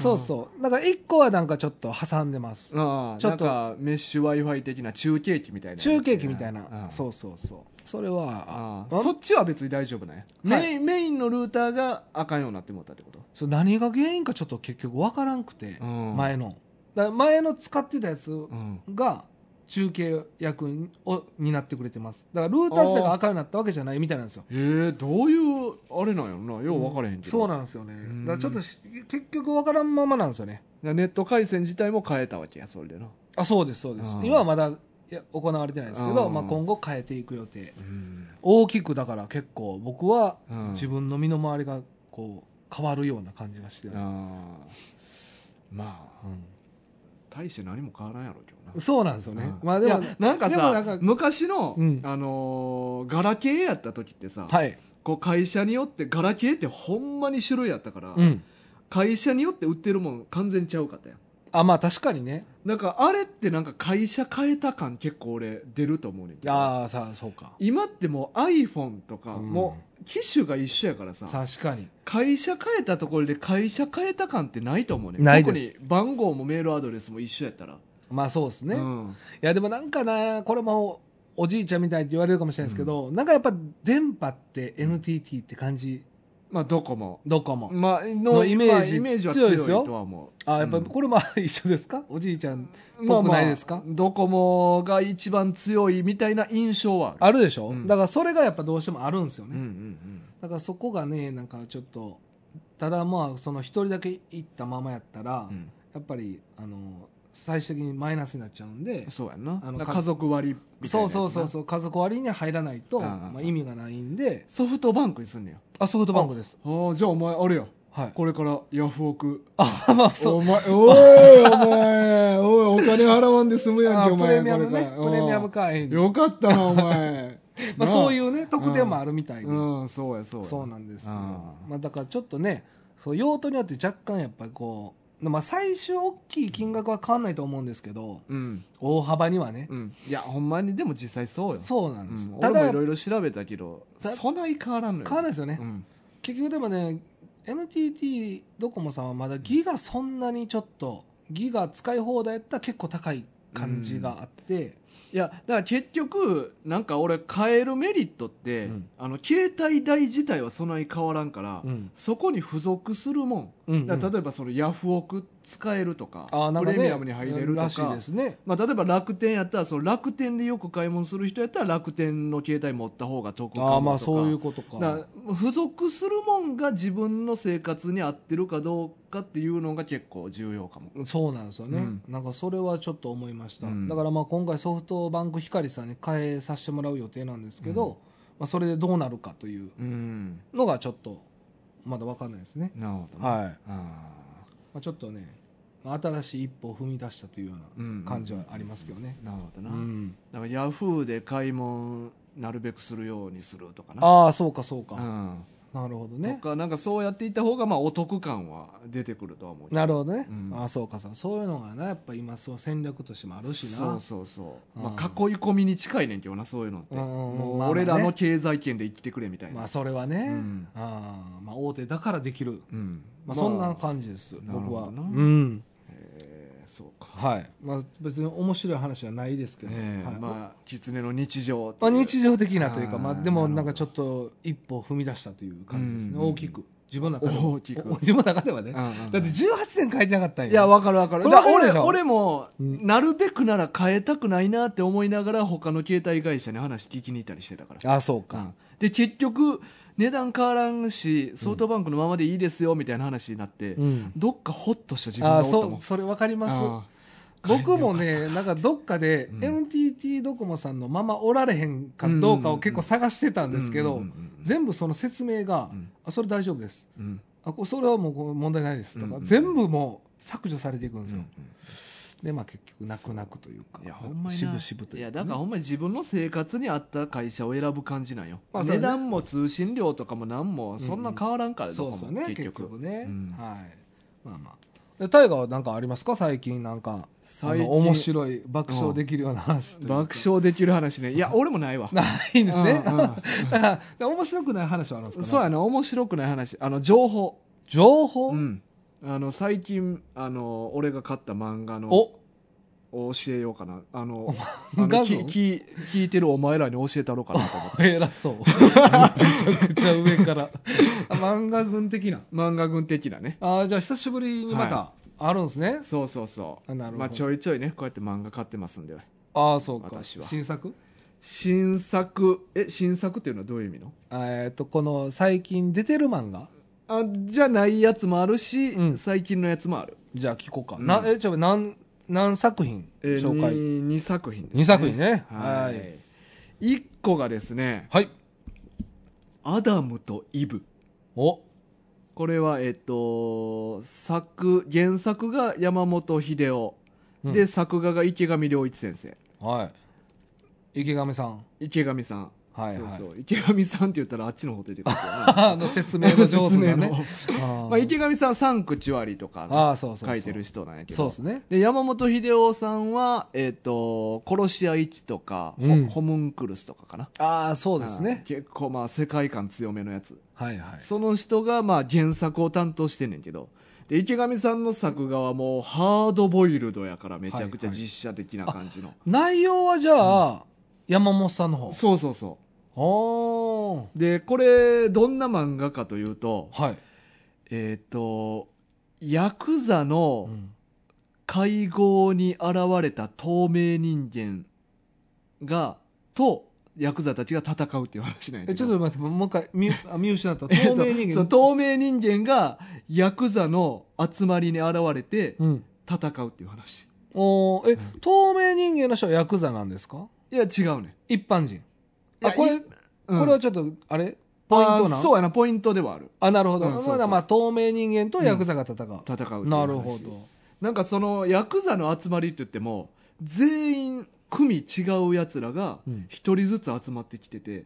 Speaker 2: そうそうだから1個はなんかちょっと挟んでます
Speaker 1: ああ
Speaker 2: ちょっと
Speaker 1: なんかメッシュ w i f i 的な中継機みたいな
Speaker 2: 中継機みたいな、
Speaker 1: うん
Speaker 2: そうそうそうそれは
Speaker 1: あ
Speaker 2: あ
Speaker 1: あそっちは別に大丈夫なんや、
Speaker 2: はい
Speaker 1: メインメインのルーターがあかんようになってもったってこと
Speaker 2: そう何が原因かちょっと結局分からんくて、
Speaker 1: うん
Speaker 2: 前のだから前の使ってたやつ
Speaker 1: うん
Speaker 2: が中継役にを担ってくれてますだからルーター自体が赤になったわけじゃないみたいなんですよ
Speaker 1: えー、どういうあれなんやろなよう分からへんけど、
Speaker 2: そう
Speaker 1: な
Speaker 2: なんですよね
Speaker 1: うん
Speaker 2: だからちょっとし結局分からんままなんですよね
Speaker 1: ネット回線自体も変えたわけやそれでな
Speaker 2: あそうですそうです
Speaker 1: うん
Speaker 2: 今はまだいや行われてないですけど、
Speaker 1: うん
Speaker 2: まあ、今後変えていく予定
Speaker 1: うん
Speaker 2: 大きくだから結構僕は
Speaker 1: うん
Speaker 2: 自分の身の回りがこう変わるような感じがしてる、
Speaker 1: ああまあ大して何も変わらんやろうけどな
Speaker 2: うんそうなんですよね、
Speaker 1: うん
Speaker 2: まあでも
Speaker 1: いやなんか
Speaker 2: でも
Speaker 1: さ
Speaker 2: なんか
Speaker 1: 昔の、
Speaker 2: うん
Speaker 1: あのーガラケーやった時ってさ、
Speaker 2: はい、
Speaker 1: こう会社によってガラケーってほんまに種類やったから、
Speaker 2: うん、
Speaker 1: 会社によって売ってるもん完全ちゃうかったやん
Speaker 2: あまあ確かにね
Speaker 1: なんかあれってなんか会社変えた感結構俺出ると思うねんけど
Speaker 2: ああさあそうか
Speaker 1: 今ってもう iPhone とか、
Speaker 2: うん
Speaker 1: もう機種が一緒やからさ
Speaker 2: 確かに
Speaker 1: 会社変えたところで会社変えた感ってないと思うねん
Speaker 2: ないです
Speaker 1: 特に番号もメールアドレスも一緒やったら
Speaker 2: まあそうですね、
Speaker 1: う
Speaker 2: い
Speaker 1: ん
Speaker 2: やでもなんかなこれもおじいちゃんみたいって言われるかもしれないですけど、なんかやっぱ電波って NTT って感じ
Speaker 1: まあどこも
Speaker 2: どこも、
Speaker 1: まあの
Speaker 2: のイメージ
Speaker 1: まあイメージは強
Speaker 2: 強い
Speaker 1: い
Speaker 2: ですよ
Speaker 1: とは思う
Speaker 2: あやっぱ
Speaker 1: うん
Speaker 2: これも [laughs] 一緒ですかおじいちゃん
Speaker 1: まあ
Speaker 2: ぽく
Speaker 1: まあ
Speaker 2: ないですか
Speaker 1: ドコモが一番強いみたいな印象はある
Speaker 2: あるでしょ、
Speaker 1: うん
Speaker 2: だからそれがやっぱどうしてもあるんですよ
Speaker 1: うん
Speaker 2: ね、
Speaker 1: うん
Speaker 2: だからそこがねなんかちょっとただまあその一人だけ行ったままやったら、
Speaker 1: うんうん
Speaker 2: やっぱりあの最終的にマイナスになっちゃうんで
Speaker 1: そうやんな
Speaker 2: あの
Speaker 1: なんか
Speaker 2: か
Speaker 1: 家族割りみたいな
Speaker 2: そう
Speaker 1: やつな
Speaker 2: そうそうそう家族割に入らないと
Speaker 1: ああ
Speaker 2: まあ、意味がないんで
Speaker 1: ソフトバンクにすんねや
Speaker 2: あソフトバンクです
Speaker 1: ああじゃあお前あれや
Speaker 2: はい
Speaker 1: これからヤフオク
Speaker 2: あまあそう
Speaker 1: お前おいお
Speaker 2: [laughs]
Speaker 1: 前おいお金払わんで済むやん
Speaker 2: あ
Speaker 1: けお
Speaker 2: プ
Speaker 1: 前
Speaker 2: レミアムね
Speaker 1: これから
Speaker 2: プレミアム
Speaker 1: うん
Speaker 2: 会員
Speaker 1: よかったなお
Speaker 2: [laughs]
Speaker 1: 前
Speaker 2: まあ、そういううね特典もあるみたいで、
Speaker 1: うんそうやそうや
Speaker 2: そうなんですよ
Speaker 1: ああ
Speaker 2: まあ、だからちょっとねそう用途によって若干やっぱりこう、まあ、最終大きい金額は変わんないと思うんですけど
Speaker 1: うん
Speaker 2: 大幅にはね、
Speaker 1: うんいやほんまにでも実際そうよ
Speaker 2: そうなんです、
Speaker 1: うん
Speaker 2: た
Speaker 1: 俺も
Speaker 2: だ
Speaker 1: いろいろ調べたけど
Speaker 2: た
Speaker 1: そない変わらんのよ
Speaker 2: 変わらないですよね、
Speaker 1: うん
Speaker 2: 結局でもね NTT ドコモさんはまだギガそんなにちょっとギガ使い放題やったら結構高い感じがあって、
Speaker 1: いやだから結局なんか俺変えるメリットって、
Speaker 2: うん
Speaker 1: あの携帯代自体はそんなに変わらんから、
Speaker 2: うん
Speaker 1: そこに付属するもん、
Speaker 2: うん
Speaker 1: だから
Speaker 2: ば
Speaker 1: 例えばそのヤフオク使えるとか
Speaker 2: あーなんか、
Speaker 1: プ
Speaker 2: ね、
Speaker 1: レミアムに入れると
Speaker 2: らしい
Speaker 1: か
Speaker 2: で、すね
Speaker 1: まあ、例えば楽天やったらその楽天でよく買い物する人やったら楽天の携帯持った方が得かもとか
Speaker 2: ああまあそういうことか
Speaker 1: だから付属するもんが自分の生活に合ってるかどうかっていうのが結構重要かも。
Speaker 2: そうなんですよね、
Speaker 1: うん
Speaker 2: なんかそれはちょっと思いました、
Speaker 1: うん
Speaker 2: だからまあ今回ソフトバンク光さんに変えさせてもらう予定なんですけど、
Speaker 1: うん
Speaker 2: まあ、それでどうなるかという
Speaker 1: うん、
Speaker 2: のがちょっとまだ分かんないですね、
Speaker 1: なるほどね、
Speaker 2: はい、ま
Speaker 1: あ
Speaker 2: あ、ちょっとねまあ新しい一歩を踏み出したというよう
Speaker 1: ーうん
Speaker 2: な感じはありますけどね、
Speaker 1: なるほどな、
Speaker 2: うん
Speaker 1: だからヤフーで買い物なるべくするようにするとかな
Speaker 2: ああそうかそうか、
Speaker 1: うん
Speaker 2: なるほ
Speaker 1: と
Speaker 2: どね
Speaker 1: かなんかそうやっていった方がまあお得感は出てくるとは思う
Speaker 2: なるほどね、
Speaker 1: うん
Speaker 2: ああそうかそうそういうのがなやっぱ今そう戦略としてもあるしな
Speaker 1: そうそうそう、まあ、
Speaker 2: うん
Speaker 1: 囲い込みに近いねんけどなそういうのって、
Speaker 2: うんうんうん
Speaker 1: も
Speaker 2: まあま
Speaker 1: う
Speaker 2: あね
Speaker 1: 俺らの経済圏で生きてくれみたいな、
Speaker 2: まあそれはね、
Speaker 1: うん
Speaker 2: ああまあ大手だからできる
Speaker 1: うん
Speaker 2: まあ、そんな感じです、
Speaker 1: なる
Speaker 2: 僕
Speaker 1: ほ
Speaker 2: は。
Speaker 1: ど
Speaker 2: う。
Speaker 1: なんえーそうか、
Speaker 2: はい。まあ、別に面白い話はないですけど、
Speaker 1: え
Speaker 2: はい
Speaker 1: ー
Speaker 2: まあ、
Speaker 1: まあ狐の日常っていう
Speaker 2: 日常的なというか、
Speaker 1: あー
Speaker 2: まあ、でもなんかちょっと一歩踏み出したという感じですね。
Speaker 1: うん
Speaker 2: 大きく。自分の中でも。
Speaker 1: 大きく
Speaker 2: お自分の中ではね。
Speaker 1: う
Speaker 2: だ
Speaker 1: んうん
Speaker 2: って18点書いてなかったんや。
Speaker 1: いや、わかるわかる。
Speaker 2: これわかるで
Speaker 1: 俺、
Speaker 2: しょ
Speaker 1: 俺も、
Speaker 2: うん
Speaker 1: なるべくなら変えたくないなって思いながら、他の携帯会社に話聞きに行ったりしてたから。
Speaker 2: ああ、そう
Speaker 1: う
Speaker 2: か
Speaker 1: ん。で、結局、値段変わらんし、ソフトバンクのままでいいですよ、みたいな話になって、
Speaker 2: うん。
Speaker 1: どっかホッとした自分
Speaker 2: あ
Speaker 1: がおっ
Speaker 2: あ、
Speaker 1: たも
Speaker 2: そ
Speaker 1: ん
Speaker 2: う、。それわかります。
Speaker 1: うん
Speaker 2: 僕もね、なんかどっかで
Speaker 1: う、ん
Speaker 2: NTT ドコモさんのままおられへんかどうかを結構探してたんですけ
Speaker 1: うん
Speaker 2: ど
Speaker 1: うんうんうん、
Speaker 2: 全部その説明が
Speaker 1: うん、
Speaker 2: あ、それ大丈夫です。
Speaker 1: うん
Speaker 2: あこそれはもうこう問題ないですとか、
Speaker 1: うんうん
Speaker 2: 全部もう削除されていくんですよ、
Speaker 1: う
Speaker 2: でまあ結局泣く泣くというか
Speaker 1: んいや、ほんまに
Speaker 2: し
Speaker 1: な。
Speaker 2: ぶしぶという
Speaker 1: や、だからほんまに自分の生活に合った会社を選ぶ感じなんよ。
Speaker 2: まあそうね
Speaker 1: 値段も通信料とかも何も、そんな変わらんから、
Speaker 2: そう
Speaker 1: どこ
Speaker 2: そう
Speaker 1: も
Speaker 2: ね結
Speaker 1: 結
Speaker 2: 局
Speaker 1: 局。
Speaker 2: ね、
Speaker 1: うん
Speaker 2: はいまあまあで大河は何かありますか最近なんかあ
Speaker 1: 最近
Speaker 2: の面白い爆笑できるような話というか
Speaker 1: 爆笑できる話ね。いや、俺もないわ。
Speaker 2: ないんですね、
Speaker 1: うんうん
Speaker 2: だからで面白くない話はあるんですか、
Speaker 1: そうやな面白くない話あの情報、
Speaker 2: 情報、
Speaker 1: うん、あの最近あの俺が買った漫画の
Speaker 2: お
Speaker 1: 教えようかなあのあ
Speaker 2: 漫画
Speaker 1: の
Speaker 2: の
Speaker 1: きき聞いてるお前らに教えたろうかなと思って
Speaker 2: 偉そ
Speaker 1: [laughs]
Speaker 2: うめちゃくちゃ上からあ漫画軍的な
Speaker 1: 漫画軍的なね
Speaker 2: あーじゃあ久しぶりにまたあるんですね、
Speaker 1: そうそうそう
Speaker 2: あなるほど
Speaker 1: まあ、ちょいちょいねこうやって漫画買ってますんで
Speaker 2: ああそうか
Speaker 1: 私は
Speaker 2: 新作
Speaker 1: 新作え新作っていうのはどういう意味の
Speaker 2: えっとこの最近出てる漫画
Speaker 1: あじゃないやつもあるし、
Speaker 2: うん
Speaker 1: 最近のやつもある、
Speaker 2: じゃあ聞こうか、
Speaker 1: うん
Speaker 2: なえちょ何何作品
Speaker 1: え
Speaker 2: 紹介、
Speaker 1: 2, 作品です
Speaker 2: 二2作品ねは
Speaker 1: はいい1個がですね
Speaker 2: はい
Speaker 1: 「アダムとイブ」
Speaker 2: お
Speaker 1: これは、えっと、作、原作が山本秀夫。
Speaker 2: うん
Speaker 1: で、作画が池上良一先生。
Speaker 2: はい池上さん
Speaker 1: 池上さん。
Speaker 2: はいはい
Speaker 1: そうそう。池上さんって言ったらあっちの方出てくるけどな
Speaker 2: [laughs] あの説明が上手なねあー
Speaker 1: まあ、池上さん、三口割とか、
Speaker 2: あーそうそうそう
Speaker 1: 書いてる人なんやけど。
Speaker 2: そうですね
Speaker 1: で、山本秀夫さんは、えっ、と、殺し屋一とか、ほ
Speaker 2: うん
Speaker 1: ホムンクルスとかかな。
Speaker 2: ああそうです
Speaker 1: あー
Speaker 2: ね
Speaker 1: 結構まあ、世界観強めのやつ。
Speaker 2: はいはい
Speaker 1: その人がまあ原作を担当してんねんけどで池上さんの作画はもうハードボイルドやからめちゃくちゃ
Speaker 2: はいはい
Speaker 1: 実写的な感じの、
Speaker 2: 内容はじゃあ、山本さんの方
Speaker 1: そうそうそ
Speaker 2: おー
Speaker 1: うでこれどんな漫画かというと
Speaker 2: はい、
Speaker 1: えっ、とヤクザ
Speaker 2: う
Speaker 1: の
Speaker 2: ん
Speaker 1: 会合に現れた透明人間がとヤクザたちが戦うっていう話なんやけ
Speaker 2: え
Speaker 1: ど
Speaker 2: ちょっと待ってもう一回見あ見失 [laughs] った透
Speaker 1: [laughs] えっと
Speaker 2: 明人
Speaker 1: そ
Speaker 2: 間
Speaker 1: う透明人間がヤクザの集まりに現れて
Speaker 2: うん
Speaker 1: 戦うっていう話、
Speaker 2: おーえ、
Speaker 1: ん
Speaker 2: 透明人間の人はヤクザなんですか
Speaker 1: いや、違うね。
Speaker 2: 一般人
Speaker 1: い
Speaker 2: あ
Speaker 1: や
Speaker 2: こ
Speaker 1: い
Speaker 2: れ、
Speaker 1: うん
Speaker 2: これはちょっとあれポイントな
Speaker 1: あ
Speaker 2: ん
Speaker 1: そうやな、ポイントではある。
Speaker 2: あなるほど、
Speaker 1: うんそうそう
Speaker 2: まだまあ透明人間とヤクザが戦う、
Speaker 1: 戦うっていう話
Speaker 2: なるほ。ど
Speaker 1: なんかその、ヤクザの集まりって言っても、全員、組違う奴らが
Speaker 2: うん、
Speaker 1: 一人ずつ集まってきてて、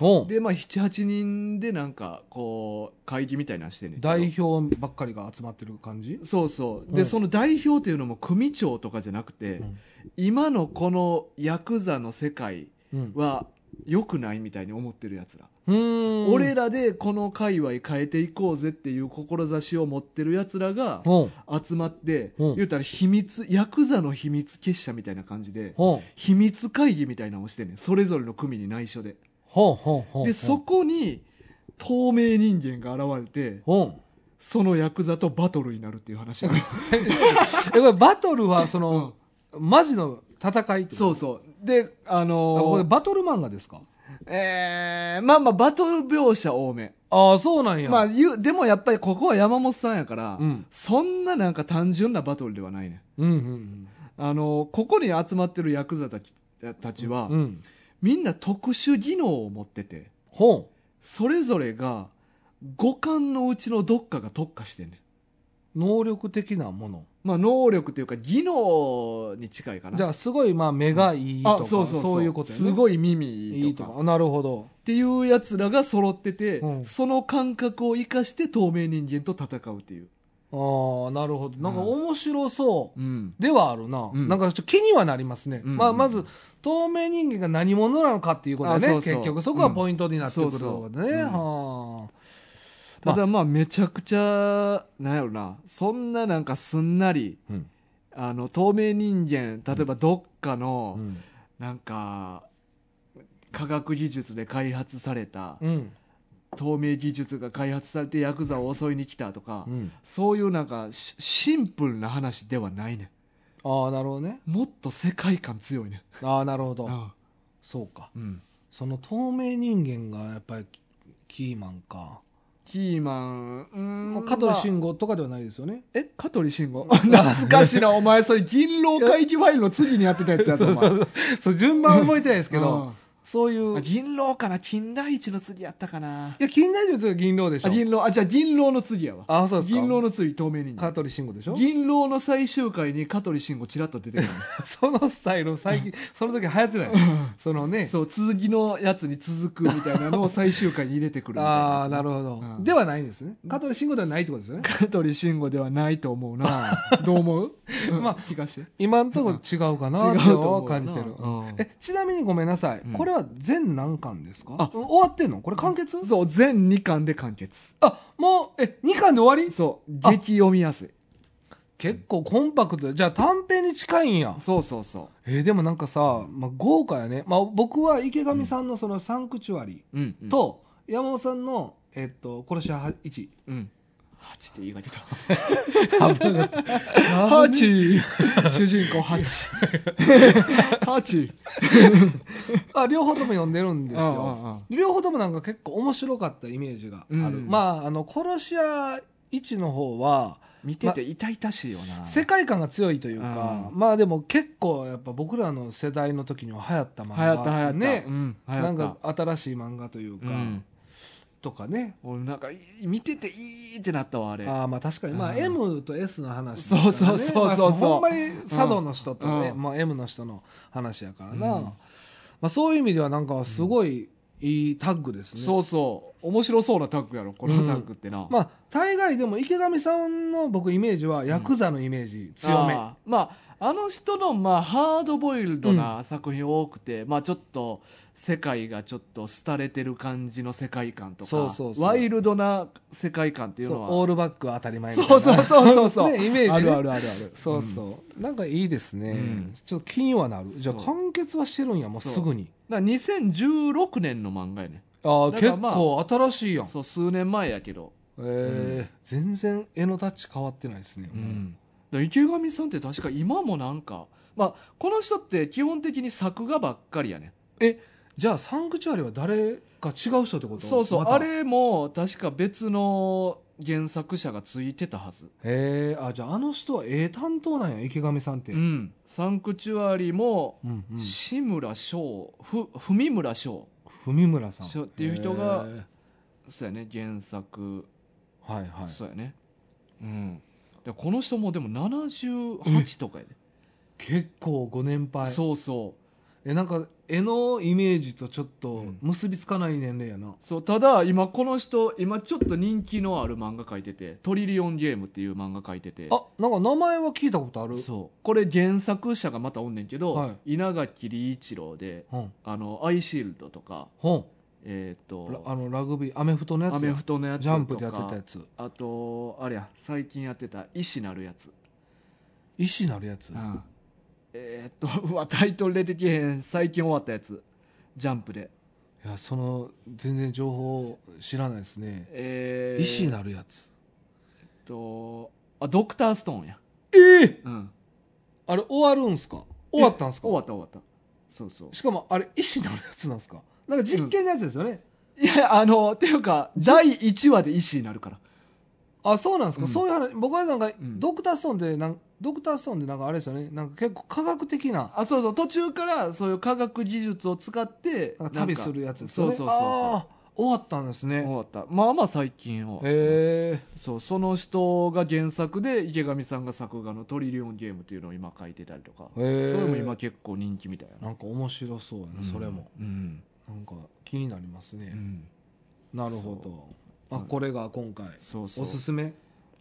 Speaker 2: おう
Speaker 1: で、まあ、七八人でなんか、こう、会議みたいなのしてんねんけど
Speaker 2: 代表ばっかりが集まってる感じ
Speaker 1: そうそう。
Speaker 2: う
Speaker 1: で、
Speaker 2: ん
Speaker 1: その代表というのも組長とかじゃなくて、
Speaker 2: うん
Speaker 1: 今のこのヤクザの世界
Speaker 2: うん
Speaker 1: は、良くないみたいに思ってるやつら、
Speaker 2: うーん
Speaker 1: 俺らでこの界隈変えていこうぜっていう志を持ってるやつらが
Speaker 2: ほん
Speaker 1: 集まって、
Speaker 2: うん
Speaker 1: 言うたら秘密ヤクザの秘密結社みたいな感じで、
Speaker 2: ほん
Speaker 1: 秘密会議みたいなのをしてんねんそれぞれの組に内緒で、
Speaker 2: ほんほんほん
Speaker 1: でそこに透明人間が現れて
Speaker 2: ほん
Speaker 1: そのヤクザとバトルになるっていう話
Speaker 2: [laughs] えこれバトルはその、マジの戦いってこ
Speaker 1: [laughs]
Speaker 2: と
Speaker 1: そうそうであ
Speaker 2: あこれ
Speaker 1: のー
Speaker 2: バトル漫画ですか
Speaker 1: えーまあまあバトル描写多め
Speaker 2: ああそうなんや、
Speaker 1: まあ言うでもやっぱりここは山本さんやから、
Speaker 2: うん
Speaker 1: そんななんか単純なバトルではないね
Speaker 2: うんうん
Speaker 1: あのここに集まってるヤクザたちたちは、
Speaker 2: うんうん
Speaker 1: みんな特殊技能を持ってて
Speaker 2: ほん
Speaker 1: それぞれが五感のうちのどっかが特化してんねん
Speaker 2: 能力的なもの
Speaker 1: まあ能力というか技能に近いかな
Speaker 2: じゃあすごいまあ目がいいとか、
Speaker 1: あ
Speaker 2: そ
Speaker 1: そううそうそう
Speaker 2: いうことやね
Speaker 1: すごい耳い
Speaker 2: い
Speaker 1: い
Speaker 2: い
Speaker 1: と
Speaker 2: と
Speaker 1: か
Speaker 2: かなるほど
Speaker 1: っていうやつらが揃ってて、
Speaker 2: うん
Speaker 1: その感覚を生かして透明人間と戦うっていう
Speaker 2: ああなるほどなんか面白そう
Speaker 1: うん
Speaker 2: うではあるな、
Speaker 1: うん
Speaker 2: なんかちょっと気にはなりますね、
Speaker 1: うん
Speaker 2: まあ、まず透明人間が何者なのかっていうことだね
Speaker 1: あそうそう
Speaker 2: 結局そこはポイントになってくるのでね、
Speaker 1: うんそうそう
Speaker 2: はあ
Speaker 1: ただまあめちゃくちゃなんやろなそんななんかすんなり
Speaker 2: うん
Speaker 1: あの透明人間例えばどっかの、
Speaker 2: うん
Speaker 1: なんか科学技術で開発された、
Speaker 2: うん
Speaker 1: 透明技術が開発されてヤクザを襲いに来たとか、
Speaker 2: うん
Speaker 1: そういうなんかしシンプルな話ではないね
Speaker 2: ああなるほどね
Speaker 1: んもっと世界観強いね
Speaker 2: ああなるほど、
Speaker 1: んあ
Speaker 2: そうか
Speaker 1: あうん
Speaker 2: その透明人間がやっぱりキキーマンか、
Speaker 1: キーマンうーん
Speaker 2: まあ、香取
Speaker 1: まあ
Speaker 2: 慎吾とかではないですよね、 [laughs]
Speaker 1: え香取慎吾懐かしいなお前それ銀狼会議ファイルの次にやってたやつやぞお前
Speaker 2: そうそう順番は覚えてないですけど、
Speaker 1: うん
Speaker 2: そういう
Speaker 1: あ
Speaker 2: い
Speaker 1: 銀狼かな金田一の次やったかな
Speaker 2: や近代術が銀狼でし
Speaker 1: あ
Speaker 2: ょ
Speaker 1: 銀狼あじゃあ銀狼の次やわ
Speaker 2: あそうですか
Speaker 1: 銀狼の次透明人間
Speaker 2: 香取慎吾でしょ
Speaker 1: 銀狼の最終回に香取慎吾ちらっと出てくる
Speaker 2: [laughs] そのスタイル最近その時流行ってないそのね
Speaker 1: そう続きのやつに続くみたいなのを最終回に入れてくるみたいな
Speaker 2: ああなるほど、
Speaker 1: うん
Speaker 2: ではないんですね香取慎吾ではないってことですよね
Speaker 1: 香取慎吾ではないと
Speaker 2: [laughs]
Speaker 1: 思うなどう思う、
Speaker 2: まあ
Speaker 1: 聞かして
Speaker 2: 今んとこ [laughs] 違うかな
Speaker 1: 違う
Speaker 2: って
Speaker 1: と思うな
Speaker 2: 感じてる、
Speaker 1: うん
Speaker 2: えちなみにごめんなさい、
Speaker 1: うん
Speaker 2: これは全何巻ですか
Speaker 1: あ
Speaker 2: 終わってんのこれ完結
Speaker 1: そう全2巻で完結
Speaker 2: あもうえ2巻で終わり
Speaker 1: そう
Speaker 2: あ
Speaker 1: 激読みやすい
Speaker 2: 結構コンパクトでじゃあ短編に近いんや
Speaker 1: そうそうそ
Speaker 2: えーでもなんかさ、まあ、豪華やね、まあ、僕は池上さんのそのサンクチュアリ
Speaker 1: ううん、うん、
Speaker 2: と山本さんの、えっと、殺し屋1
Speaker 1: うん8って言いが出た
Speaker 2: ハ
Speaker 1: ハ [laughs] チ主人公ハ [laughs] チハチ
Speaker 2: [laughs] あ両方とも読んでるんです
Speaker 1: うんうんう
Speaker 2: よ
Speaker 1: ん
Speaker 2: 両方ともなんか結構面白かったイメージがある、
Speaker 1: うん
Speaker 2: まああの殺し屋1の方は
Speaker 1: 見てて痛々しいよな、
Speaker 2: 世界観が強いというか、
Speaker 1: う
Speaker 2: まあでも結構やっぱ僕らの世代の時には流行った漫画
Speaker 1: 流行った流行った、
Speaker 2: ね、
Speaker 1: うん、流行った
Speaker 2: なんか新しい漫画というか、
Speaker 1: うん
Speaker 2: とかね
Speaker 1: 俺なんかい見てていいってなったわあれ
Speaker 2: ああまあ確かに、まあ、
Speaker 1: うん
Speaker 2: M と S の話です
Speaker 1: そうそうそうそう
Speaker 2: まあ
Speaker 1: そう
Speaker 2: ほんまに佐渡の人と、ね
Speaker 1: うん
Speaker 2: まあ、M の人の話やからな、
Speaker 1: うん
Speaker 2: まあ、そういう意味ではなんかすごいいいタッグですね、
Speaker 1: そうそう面白そうなタッグやろこのタッグってな、
Speaker 2: まあ大概でも池上さんの僕イメージはヤクザのイメージ強め、
Speaker 1: あーまああの人のまあハードボイルドな作品多くて、まあちょっと世界がちょっと廃れてる感じの世界観とか
Speaker 2: そうそうそう
Speaker 1: ワイルドな世界観っていう
Speaker 2: そう
Speaker 1: のは
Speaker 2: オールバックは当たり前みたい
Speaker 1: そう
Speaker 2: な
Speaker 1: そうそうそうそう、
Speaker 2: [laughs] ねイメージね
Speaker 1: あるあるあるある
Speaker 2: そうそう、なんかいいですね、
Speaker 1: うん
Speaker 2: ちょっと気にはなるじゃあ
Speaker 1: そう
Speaker 2: 完結はしてるんやもうすぐに
Speaker 1: だから2016年の漫画やね
Speaker 2: ああ
Speaker 1: だか
Speaker 2: 結
Speaker 1: らまあ
Speaker 2: 構新しいやん、
Speaker 1: そう数年前やけど、
Speaker 2: えー全然絵のタッチ変わってないですね、
Speaker 1: うん、だから池上さんって確か今もなんかまあこの人って基本的に作画ばっかりやね
Speaker 2: えじゃあサンクチュアリは誰か違う人ってこと
Speaker 1: そうそう、
Speaker 2: また
Speaker 1: あれも確か別の原作者がついてたはず
Speaker 2: へえあじゃああの人は絵担当なんや池上さんって、
Speaker 1: うんサンクチュアリも
Speaker 2: うんうん
Speaker 1: 志村翔ふ文村翔
Speaker 2: 文村さん
Speaker 1: そうっていう人が
Speaker 2: へえ
Speaker 1: そうやね原作、
Speaker 2: はいはい
Speaker 1: そうやねうんでこの人もでも78とかやで、
Speaker 2: 結構ご年配
Speaker 1: そうそ
Speaker 2: えなんか絵のイメージとちょっと結びつかない年齢やな、
Speaker 1: そうただ今この人今ちょっと人気のある漫画描いてて「トリリオンゲーム」っていう漫画描いてて
Speaker 2: あなんか名前は聞いたことある
Speaker 1: そうこれ原作者がまたおんねんけど、
Speaker 2: は
Speaker 1: 稲垣理一郎で
Speaker 2: うん
Speaker 1: 「あのアイシールド」とか
Speaker 2: ほ
Speaker 1: えっ、
Speaker 2: んラ
Speaker 1: と
Speaker 2: あのラグビーアメフトのやつ
Speaker 1: アメフトのやつ
Speaker 2: ジ
Speaker 1: とか
Speaker 2: ャンプでやってたやつ
Speaker 1: あとあれや最近やってた「医師なるやつ」
Speaker 2: 医師なるやつ、
Speaker 1: うんえーっとう [laughs] わタイトル出てけへん最近終わったやつジャンプで
Speaker 2: いやその全然情報知らないですね、
Speaker 1: えー、
Speaker 2: 医師なるやつ
Speaker 1: えっとあドクターストーンや、
Speaker 2: ええ
Speaker 1: うん、
Speaker 2: あれ終わるんすか終わったんすか
Speaker 1: 終わった終わったそうそう
Speaker 2: しかもあれ医師なるやつなんすかなんか実験のやつですよね、
Speaker 1: いやあのっていうか第1話で医師になるから
Speaker 2: あそうなんですか、
Speaker 1: うん
Speaker 2: そういう話僕はなんか、
Speaker 1: ん
Speaker 2: ドクターストーンでなんドクターストーンでなんかあれですよねなんか結構科学的な
Speaker 1: あそうそう途中からそういう科学技術を使って
Speaker 2: なんか旅するやつですよ
Speaker 1: な
Speaker 2: ね
Speaker 1: んかそうそうそう
Speaker 2: あー終わったんです
Speaker 1: そう終
Speaker 2: ね
Speaker 1: わったまあまあ最近は
Speaker 2: へえ
Speaker 1: そうその人が原作で池上さんが作画の「トリリオンゲーム」っていうのを今書いてたりとか
Speaker 2: へ
Speaker 1: そ
Speaker 2: ー
Speaker 1: れも今結構人気みたいな
Speaker 2: なんか面白そうやな、
Speaker 1: うん
Speaker 2: それも
Speaker 1: うん
Speaker 2: なんか気になります
Speaker 1: う
Speaker 2: ね、
Speaker 1: ん
Speaker 2: なるほどあこれが今回
Speaker 1: そうそう
Speaker 2: おすすめ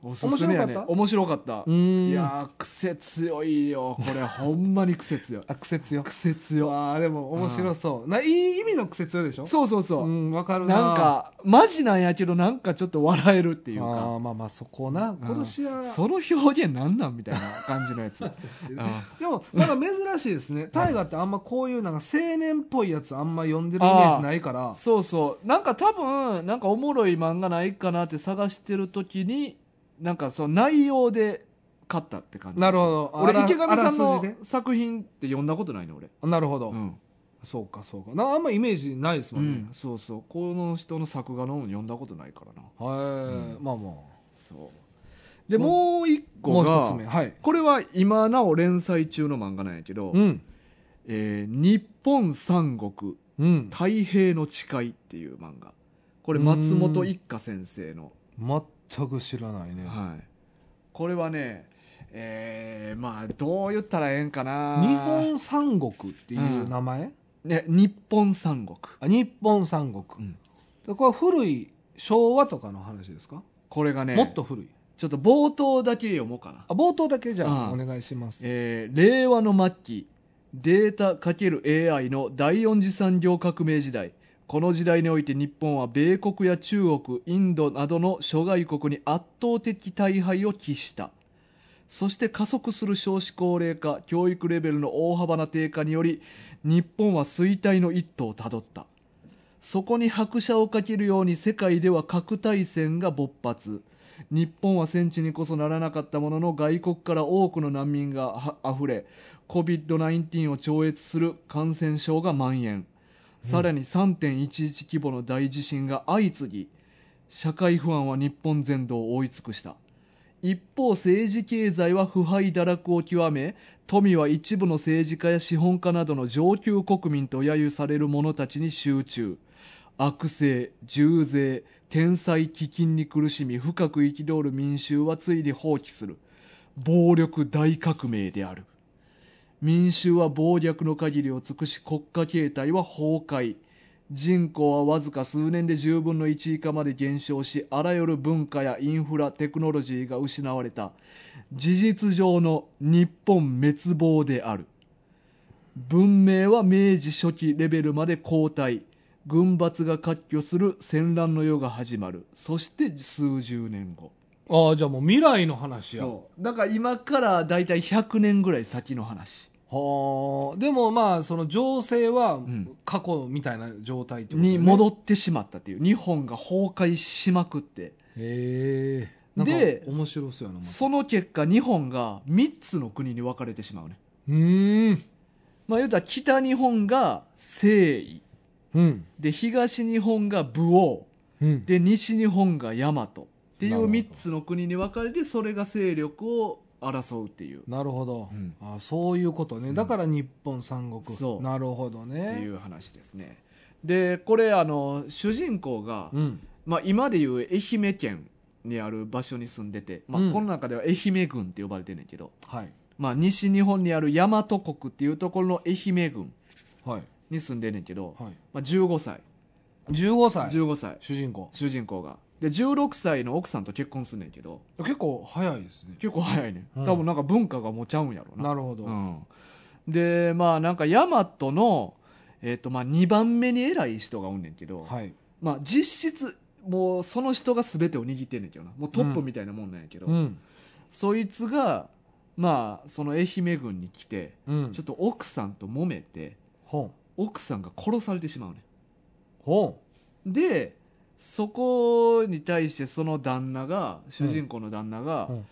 Speaker 1: おすすめやね面白かった
Speaker 2: うーん
Speaker 1: いやー癖強いよこれほんまに癖強い
Speaker 2: あ癖強
Speaker 1: 癖強い
Speaker 2: あーでも面白そうないい意味の癖強いでしょ
Speaker 1: そうそうそう、
Speaker 2: んわかるな
Speaker 1: なんかマジなんやけどなんかちょっと笑えるっていう
Speaker 2: あ
Speaker 1: か
Speaker 2: ーまあまあそこな
Speaker 1: ん
Speaker 2: 殺し屋、
Speaker 1: その表現なんなんみたいな感じの
Speaker 2: [laughs]
Speaker 1: やつうん
Speaker 2: でもなんか珍しいですね大河ってあんまこういうなんか青年っぽいやつあんま読んでるイメージないから
Speaker 1: そうそうなんか多分なんかおもろい漫画ないかなって探してる時になんかその内容で勝ったって感じ
Speaker 2: なるほどあ
Speaker 1: 俺
Speaker 2: ら
Speaker 1: 池上さん
Speaker 2: あら
Speaker 1: の
Speaker 2: すじで
Speaker 1: 作品って読んだことないの俺
Speaker 2: なるほど、
Speaker 1: うん、
Speaker 2: そうかそうかなあんまイメージないです
Speaker 1: う
Speaker 2: もんね
Speaker 1: ん、、そうそうこの人の作画の本読んだことないからな
Speaker 2: はい、まあまあ
Speaker 1: そうでもう一個
Speaker 2: もう
Speaker 1: が
Speaker 2: 一つ目はい
Speaker 1: これは今なお連載中の漫画なんやけど
Speaker 2: うん
Speaker 1: 「えー日本三国
Speaker 2: うん
Speaker 1: 太平の誓い」っていう漫画これ松本一家先生の、
Speaker 2: 全く知らないね
Speaker 1: はい、これはねえーまあどう言ったらええんかな
Speaker 2: 日本三国っていう名前、
Speaker 1: ね、日本三国、
Speaker 2: あ日本三国、
Speaker 1: うん
Speaker 2: でこれは古い昭和とかの話ですか、
Speaker 1: これがね
Speaker 2: もっと古い
Speaker 1: ちょっと冒頭だけ読もうかな
Speaker 2: あ冒頭だけじゃあ
Speaker 1: う
Speaker 2: お
Speaker 1: ん
Speaker 2: 願いします、
Speaker 1: えー令和の末期データ ×AI の第四次産業革命時代この時代において日本は米国や中国インドなどの諸外国に圧倒的大敗を喫したそして加速する少子高齢化教育レベルの大幅な低下により日本は衰退の一途をたどったそこに拍車をかけるように世界では核大戦が勃発日本は戦地にこそならなかったものの外国から多くの難民があふれ COVID-19 を超越する感染症が蔓延、さらに3.11規模の大地震が相次ぎ社会不安は日本全土を覆い尽くした一方政治経済は腐敗堕落を極め富は一部の政治家や資本家などの上級国民と揶揄される者たちに集中悪政重税天才飢饉に苦しみ深く憤る民衆はついに放棄する暴力大革命である民衆は暴虐の限りを尽くし国家形態は崩壊人口はわずか数年で10分の1以下まで減少しあらゆる文化やインフラテクノロジーが失われた事実上の日本滅亡である文明は明治初期レベルまで後退軍閥が割拠する戦乱の世が始まるそして数十年後
Speaker 2: ああじゃあもう未来の話やは
Speaker 1: そうだから今からだいたい100年ぐらい先の話
Speaker 2: あでもまあその情勢は
Speaker 1: ん
Speaker 2: 過去みたいな状態ってことだよ
Speaker 1: に
Speaker 2: ね
Speaker 1: 戻ってしまったっていう日本が崩壊しまくって
Speaker 2: へえで
Speaker 1: で
Speaker 2: 面白そうやなまた
Speaker 1: その結果日本が3つの国に分かれてしまうね
Speaker 2: うーん
Speaker 1: まあ言うたら北日本が西夷
Speaker 2: うん
Speaker 1: で東日本が武王
Speaker 2: うん
Speaker 1: で西日本が大和ってい
Speaker 2: なるほ
Speaker 1: う
Speaker 2: ど
Speaker 1: 3つの国に分かれてそれが勢力を争うっていう、
Speaker 2: なるほど、
Speaker 1: うん
Speaker 2: ああそういうことねだから日本三国、
Speaker 1: そう
Speaker 2: なるほどね
Speaker 1: っていう話ですねでこれあの主人公が、
Speaker 2: うん
Speaker 1: まあ、今でいう愛媛県にある場所に住んでて、まあ
Speaker 2: うん
Speaker 1: この中では愛媛郡って呼ばれてんねんけど、
Speaker 2: はい
Speaker 1: まあ、西日本にある大和国っていうところの愛媛郡
Speaker 2: はい
Speaker 1: に住んでんねんけど、
Speaker 2: はい、
Speaker 1: まあ、15歳
Speaker 2: 15歳
Speaker 1: 15歳
Speaker 2: 主人公
Speaker 1: 主人公がで16歳の奥さんと結婚すんねんけど
Speaker 2: 結構早いですね
Speaker 1: 結構早いね、
Speaker 2: うん
Speaker 1: 多分なんか文化がもうちゃうんやろうな
Speaker 2: なるほど、
Speaker 1: うん、でまあなんかヤマトの、えっとまあ、2番目に偉い人がおんねんけど、
Speaker 2: はい、
Speaker 1: まあ、実質もうその人が全てを握ってんねんけどなもうトップみたいなもんなんやけど、
Speaker 2: うん
Speaker 1: そいつがまあその愛媛軍に来て
Speaker 2: うん、
Speaker 1: ちょっと奥さんと揉めて
Speaker 2: 本
Speaker 1: 奥さんが殺されてしまうね
Speaker 2: 本
Speaker 1: んでそこに対してその旦那が主人公の旦那が、
Speaker 2: うんうん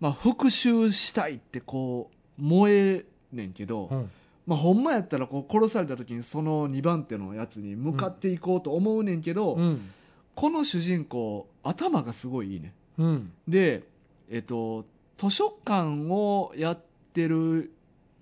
Speaker 1: まあ、復讐したいってこう燃えねんけど、
Speaker 2: うん
Speaker 1: まあ、ほんまやったらこう殺された時にその2番手のやつに向かっていこうと思うねんけど、
Speaker 2: うん
Speaker 1: この主人公頭がすごいいいね
Speaker 2: うん
Speaker 1: でえっと図書館をやってる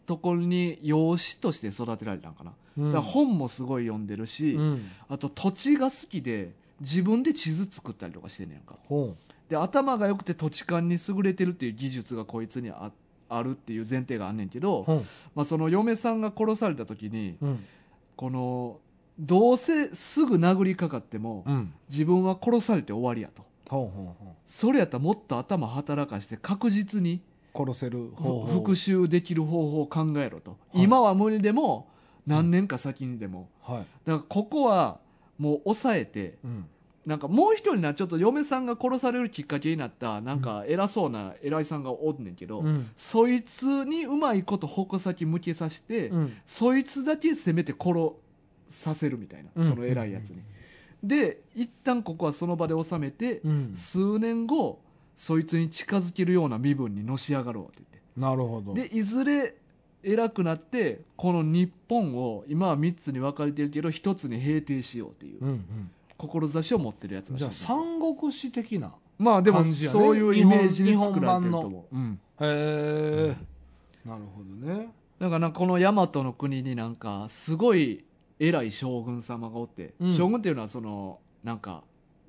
Speaker 1: ところに養子として育てられたんかな、
Speaker 2: うん
Speaker 1: だから本もすごい読んでるし、
Speaker 2: うん
Speaker 1: あと土地が好きで自分で地図作ったりとかしてんねやんか
Speaker 2: 本
Speaker 1: で頭が良くて土地勘に優れてるっていう技術がこいつにああるっていう前提があんねんけど、
Speaker 2: 本
Speaker 1: まあ、その嫁さんが殺された時に
Speaker 2: うん
Speaker 1: このどうせすぐ殴りかかっても
Speaker 2: うん
Speaker 1: 自分は殺されて終わりやと
Speaker 2: 本本本
Speaker 1: それやったらもっと頭働かして確実に
Speaker 2: 殺せる
Speaker 1: ふ
Speaker 2: 方法
Speaker 1: 復讐できる方法を考えろと、
Speaker 2: い
Speaker 1: 今は無理でも何年か先にでも、
Speaker 2: はい、
Speaker 1: だからここはもう抑えて
Speaker 2: うん、
Speaker 1: なんかもう一人なちょっと嫁さんが殺されるきっかけになったなんか偉そうな偉いさんがおんねんけど、
Speaker 2: うん
Speaker 1: そいつにうまいこと矛先向けさせて、
Speaker 2: うん
Speaker 1: そいつだけせめて殺させるみたいな、
Speaker 2: うん
Speaker 1: その偉いやつに、で一旦ここはその場で収めて、
Speaker 2: うん
Speaker 1: 数年後そいつに近づけるような身分にのし上がろうって
Speaker 2: なるほど
Speaker 1: 言ってでいずれ偉くなってこの日本を今は3つに分かれてるけど1つに平定しようっていう
Speaker 2: うんうん
Speaker 1: 志を持ってるやつが
Speaker 2: じゃあ三国志的な
Speaker 1: まあでも
Speaker 2: 感じやね
Speaker 1: そういうイメージで作られてると
Speaker 2: 日本
Speaker 1: 思う、うん、
Speaker 2: へえ、なるほどね
Speaker 1: だからなんかこの大和の国になんかすごい偉い将軍様がおって、
Speaker 2: うん
Speaker 1: 将軍っていうのはそのなんか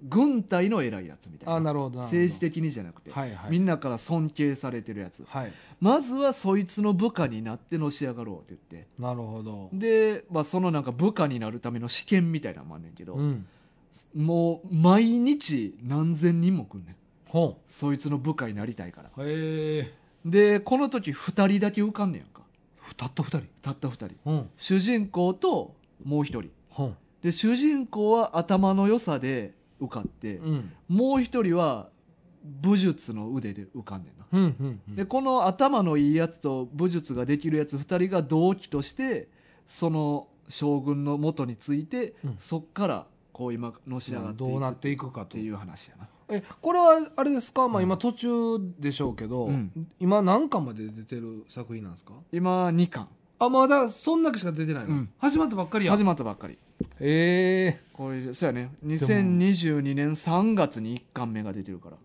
Speaker 1: 軍隊の偉いやつみたいな
Speaker 2: あなるほどなるほど
Speaker 1: 政治的にじゃなくて、
Speaker 2: はいはい
Speaker 1: みんなから尊敬されてるやつ、
Speaker 2: はい
Speaker 1: まずはそいつの部下になってのし上がろうって言って
Speaker 2: なるほど
Speaker 1: で、まあ、そのなんか部下になるための試験みたいなのもあんねんけど、
Speaker 2: うん
Speaker 1: もう毎日何千人も来んねん
Speaker 2: 本
Speaker 1: そいつの部下になりたいから
Speaker 2: へえ
Speaker 1: でこの時2人だけ浮かんねやんか
Speaker 2: たった二人
Speaker 1: たった2人
Speaker 2: うん
Speaker 1: 主人公ともう1人
Speaker 2: 本
Speaker 1: で主人公は頭の良さで受かって、
Speaker 2: うん
Speaker 1: もう1人は武術の腕で受かんねんな
Speaker 2: うんうんうん
Speaker 1: でこの頭のいいやつと武術ができるやつ2人が同期としてその将軍の元について、
Speaker 2: うん
Speaker 1: そっからこう今のし上がってい
Speaker 2: どうな
Speaker 1: く
Speaker 2: っ
Speaker 1: って
Speaker 2: いくか
Speaker 1: て
Speaker 2: と
Speaker 1: いう話やな
Speaker 2: えこれはあれですか、まあ、
Speaker 1: うん
Speaker 2: 今途中でしょうけど、
Speaker 1: うん
Speaker 2: 今何巻まで出てる作品なんですか
Speaker 1: 今2巻
Speaker 2: あまだそんだけしか出てないの、
Speaker 1: うん
Speaker 2: 始まったばっかりや
Speaker 1: 始まったばっかり
Speaker 2: ええ
Speaker 1: これそうやね2022年3月に1巻目が出てるから、
Speaker 2: へ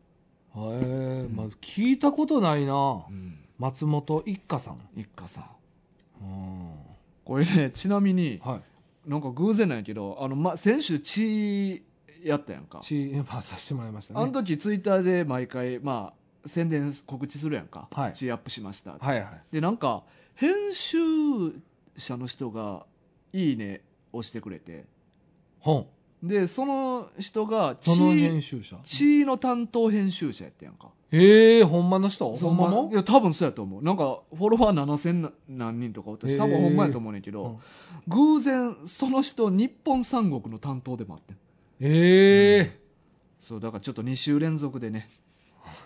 Speaker 2: えまあ、聞いたことないな
Speaker 1: うん、
Speaker 2: 松本一家さん、
Speaker 1: 一家さん
Speaker 2: うん
Speaker 1: これねちなみに
Speaker 2: はい
Speaker 1: なんか偶然なんやけどあの、ま、先週血やったやんか
Speaker 2: ち [laughs] まあさせてもらいましたね
Speaker 1: あの時ツイッターで毎回、まあ、宣伝告知するやんか、
Speaker 2: はい
Speaker 1: チアップしました、
Speaker 2: はいはい
Speaker 1: でなんか編集者の人が「いいね」をしてくれて
Speaker 2: 本
Speaker 1: でその人が
Speaker 2: その編
Speaker 1: チ
Speaker 2: 集者
Speaker 1: チの担当編集者やったやんか
Speaker 2: ええほんまの人ほ
Speaker 1: そ
Speaker 2: んま
Speaker 1: い
Speaker 2: の
Speaker 1: や多分そうやと思うなんかフォロワー7000な何人とかおって
Speaker 2: へー
Speaker 1: 多分ほんまやと思うねんけど、偶然その人日本三国の担当でもあってん
Speaker 2: え
Speaker 1: そうだからちょっと2週連続で
Speaker 2: [laughs]
Speaker 1: ね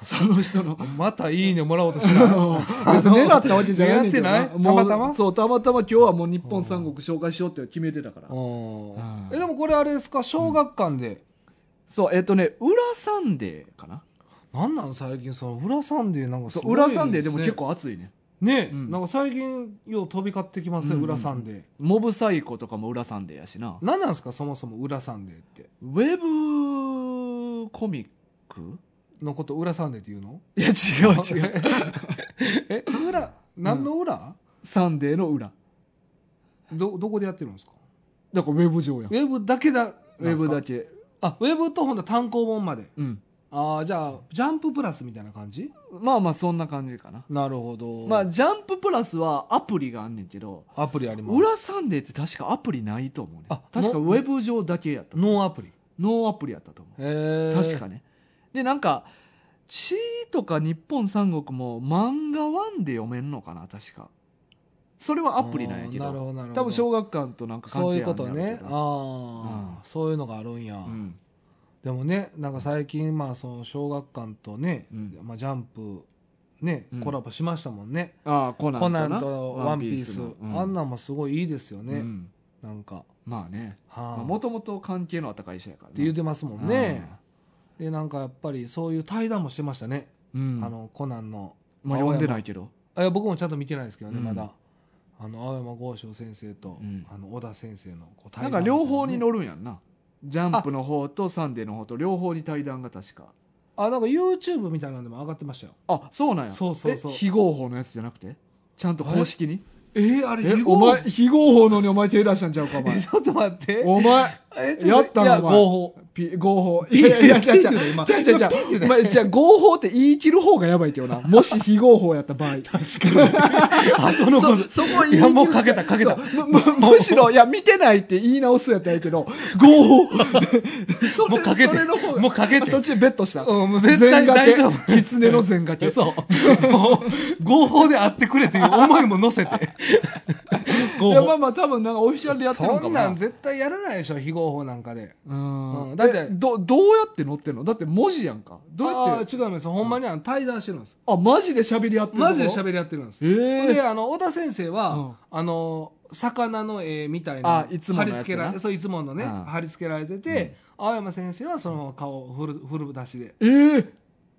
Speaker 1: その人の
Speaker 2: えまたいいねもらおうと [laughs] しない
Speaker 1: 別に狙ったわけじゃないねんけど
Speaker 2: 狙ってない
Speaker 1: もう
Speaker 2: たまたま
Speaker 1: そうたまたま今日はもう日本三国紹介しようって決めてたから、
Speaker 2: うん
Speaker 1: うん
Speaker 2: えでもこれあれですか小学館で、
Speaker 1: そうえっ、とね「裏サンデー」かな
Speaker 2: なんなん最近その裏サンデーなんかす
Speaker 1: そ
Speaker 2: ご
Speaker 1: う「
Speaker 2: い
Speaker 1: 裏サンデー」でも結構熱いね
Speaker 2: ね、
Speaker 1: うん
Speaker 2: なんか最近よう飛び交ってきます
Speaker 1: う
Speaker 2: ね、
Speaker 1: んうん
Speaker 2: 裏サンデー
Speaker 1: モブサイコとかも「裏サンデー」やしな
Speaker 2: 何なんですかそもそも裏サンデーって
Speaker 1: ウェブコミック
Speaker 2: のこと裏サンデーっていうの
Speaker 1: いや違
Speaker 2: [laughs]
Speaker 1: う違う
Speaker 2: え裏何の裏、
Speaker 1: サンデーの裏
Speaker 2: どどこでやってるんですか
Speaker 1: だからウェブ上や
Speaker 2: ウェブだけだ
Speaker 1: ウェブだ
Speaker 2: け
Speaker 1: け
Speaker 2: あウェブとほんな単行本まで
Speaker 1: うん
Speaker 2: あああじゃあジャンププラスみたいな感じ
Speaker 1: まあまあそんな感じかな
Speaker 2: なるほど、
Speaker 1: まあジャンププラスはアプリがあんねんけど
Speaker 2: アプリあります
Speaker 1: 裏サンデーって確かアプリないと思うね
Speaker 2: あ
Speaker 1: 確かウェブ上だけやった
Speaker 2: ノーアプリ
Speaker 1: ノーアプリやったと思う
Speaker 2: へえ
Speaker 1: 確かねでなんか地とか日本三国も漫画ワンで読めんのかな確かそれはアプリなんやけ
Speaker 2: あーなる
Speaker 1: ど
Speaker 2: ほどなるほど
Speaker 1: 多分小学館となんか関係
Speaker 2: そういう
Speaker 1: あ
Speaker 2: こ
Speaker 1: る
Speaker 2: と
Speaker 1: んやろ
Speaker 2: ね
Speaker 1: うけど
Speaker 2: ああ、
Speaker 1: うん
Speaker 2: そういうのがあるんや、
Speaker 1: うん
Speaker 2: でもねなんか最近まあその小学館とね、
Speaker 1: うん
Speaker 2: まあ、ジャンプね
Speaker 1: うん
Speaker 2: コラボしましたもんね、
Speaker 1: ああコナン
Speaker 2: コ
Speaker 1: と
Speaker 2: ナ
Speaker 1: な
Speaker 2: ンとワンピース
Speaker 1: のう
Speaker 2: あんなんもすごいいいですよね、
Speaker 1: うん
Speaker 2: なんか
Speaker 1: まあね
Speaker 2: はあ
Speaker 1: もともと関係のあった会社やから
Speaker 2: って言う
Speaker 1: な
Speaker 2: てますもんね、でなんかやっぱりそういう対談もしてましたね、
Speaker 1: うん
Speaker 2: あのコナンの
Speaker 1: まあ読んでないけど
Speaker 2: あいや僕もちゃんと見てないですけど
Speaker 1: う
Speaker 2: ね、
Speaker 1: ん
Speaker 2: まだあの青山剛昌先生と、
Speaker 1: うん
Speaker 2: あの小田先生のこう対
Speaker 1: なん
Speaker 2: 談
Speaker 1: か両方に
Speaker 2: みたいなね
Speaker 1: 乗るんやんなジャンプの方とサンデーの方と両方に対談が確か
Speaker 2: あなんか YouTube みたいなのでも上がってましたよ
Speaker 1: あそうなんや
Speaker 2: そうそうそう
Speaker 1: え非合法のやつじゃなくてちゃんと公式に
Speaker 2: えー、あれ
Speaker 1: え
Speaker 2: 非
Speaker 1: お
Speaker 2: 合法
Speaker 1: 前非合法のにお前手出したんちゃうかお前
Speaker 2: [laughs] ちょっと待って
Speaker 1: お前
Speaker 2: え
Speaker 1: やったの
Speaker 2: いや
Speaker 1: お前
Speaker 2: 合法
Speaker 1: ピ合法いやいや違う違う違う違う違
Speaker 2: 今
Speaker 1: う
Speaker 2: 今ピーって
Speaker 1: お
Speaker 2: 言うね
Speaker 1: 前じゃあ合法って言い切る方がやばいけどなもし非合法やった
Speaker 2: [laughs]
Speaker 1: 場合
Speaker 2: 確
Speaker 1: [laughs]
Speaker 2: かに後のこと
Speaker 1: そこ
Speaker 2: いやもうかけたかけた
Speaker 1: そうむむむしろいや見てないって言い直すやったらいいけど
Speaker 2: 合法
Speaker 1: それ
Speaker 2: もうかけて
Speaker 1: それの方が
Speaker 2: もうかけて
Speaker 1: あそっちでベットした、
Speaker 2: うんもう絶対大丈夫
Speaker 1: 全掛け狐の全掛け
Speaker 2: [laughs] そうもう合法であってくれという思いも乗
Speaker 1: [laughs]
Speaker 2: せて
Speaker 1: いやま
Speaker 2: 合
Speaker 1: あ
Speaker 2: 法
Speaker 1: まあ多分なんかオフィシャルでやってるのか
Speaker 2: そ
Speaker 1: も
Speaker 2: ん
Speaker 1: な
Speaker 2: なん絶対やらないでしょ非合法なんかで
Speaker 1: うん
Speaker 2: うんだって
Speaker 1: えどどうやって載ってんのだって文字やんかどうやって
Speaker 2: あー違うんですよほんまにあの対談してるんです
Speaker 1: あマジで喋り合ってる
Speaker 2: マジで
Speaker 1: り
Speaker 2: 喋り合ってるんです
Speaker 1: えー
Speaker 2: であの小田先生は、
Speaker 1: うん
Speaker 2: あの魚の絵みたいな
Speaker 1: あいつものやつな
Speaker 2: 貼り付けられそういつものね、
Speaker 1: うん
Speaker 2: 貼り付けられてて、青山先生はそのまま顔をフルフル出しで、
Speaker 1: えー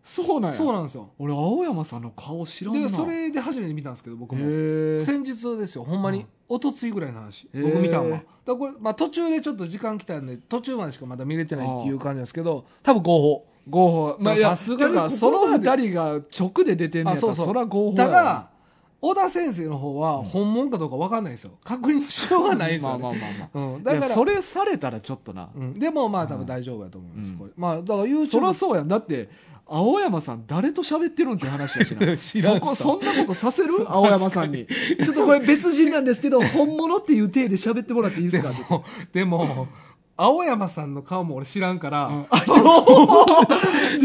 Speaker 1: そうなんや
Speaker 2: そうなんですよ
Speaker 1: 俺青山さんの顔知らんな
Speaker 2: でそれで初めて見たんですけど僕
Speaker 1: へ
Speaker 2: も、
Speaker 1: ー
Speaker 2: 先日ですよほんまに、一昨日ぐらいの話
Speaker 1: へー
Speaker 2: 僕見たんはだからこれ、まあ、途中でちょっと時間来たんで途中までしかまだ見れてないっていう感じなんですけど多分合法
Speaker 1: 合法まあい
Speaker 2: でも
Speaker 1: や
Speaker 2: さすがに
Speaker 1: てか
Speaker 2: ここまで
Speaker 1: その二人が直で出てんねや
Speaker 2: あ
Speaker 1: った
Speaker 2: そう
Speaker 1: ら
Speaker 2: そう
Speaker 1: そら合法や
Speaker 2: た
Speaker 1: わ
Speaker 2: だ小田先生の方は本物かどうか分かんないですよ確認しようがないですよ、
Speaker 1: まあ
Speaker 2: ね
Speaker 1: まあまあまあ
Speaker 2: うん、
Speaker 1: だ
Speaker 2: だ
Speaker 1: か
Speaker 2: から
Speaker 1: それされたらちょっとな、
Speaker 2: うん、でもまあ多分大丈夫やと思います、
Speaker 1: うん
Speaker 2: これまあだから YouTube
Speaker 1: そりゃそうやんだって青山さん誰と喋ってるんって話やし
Speaker 2: [laughs] 知
Speaker 1: な
Speaker 2: らん
Speaker 1: そ
Speaker 2: し
Speaker 1: こそんなことさせる青山さんにちょっとこれ別人なんですけど本物っていう体で喋ってもらっていいですかって
Speaker 2: もうでも青山さんの顔も俺知らんから、
Speaker 1: ん
Speaker 2: [laughs] その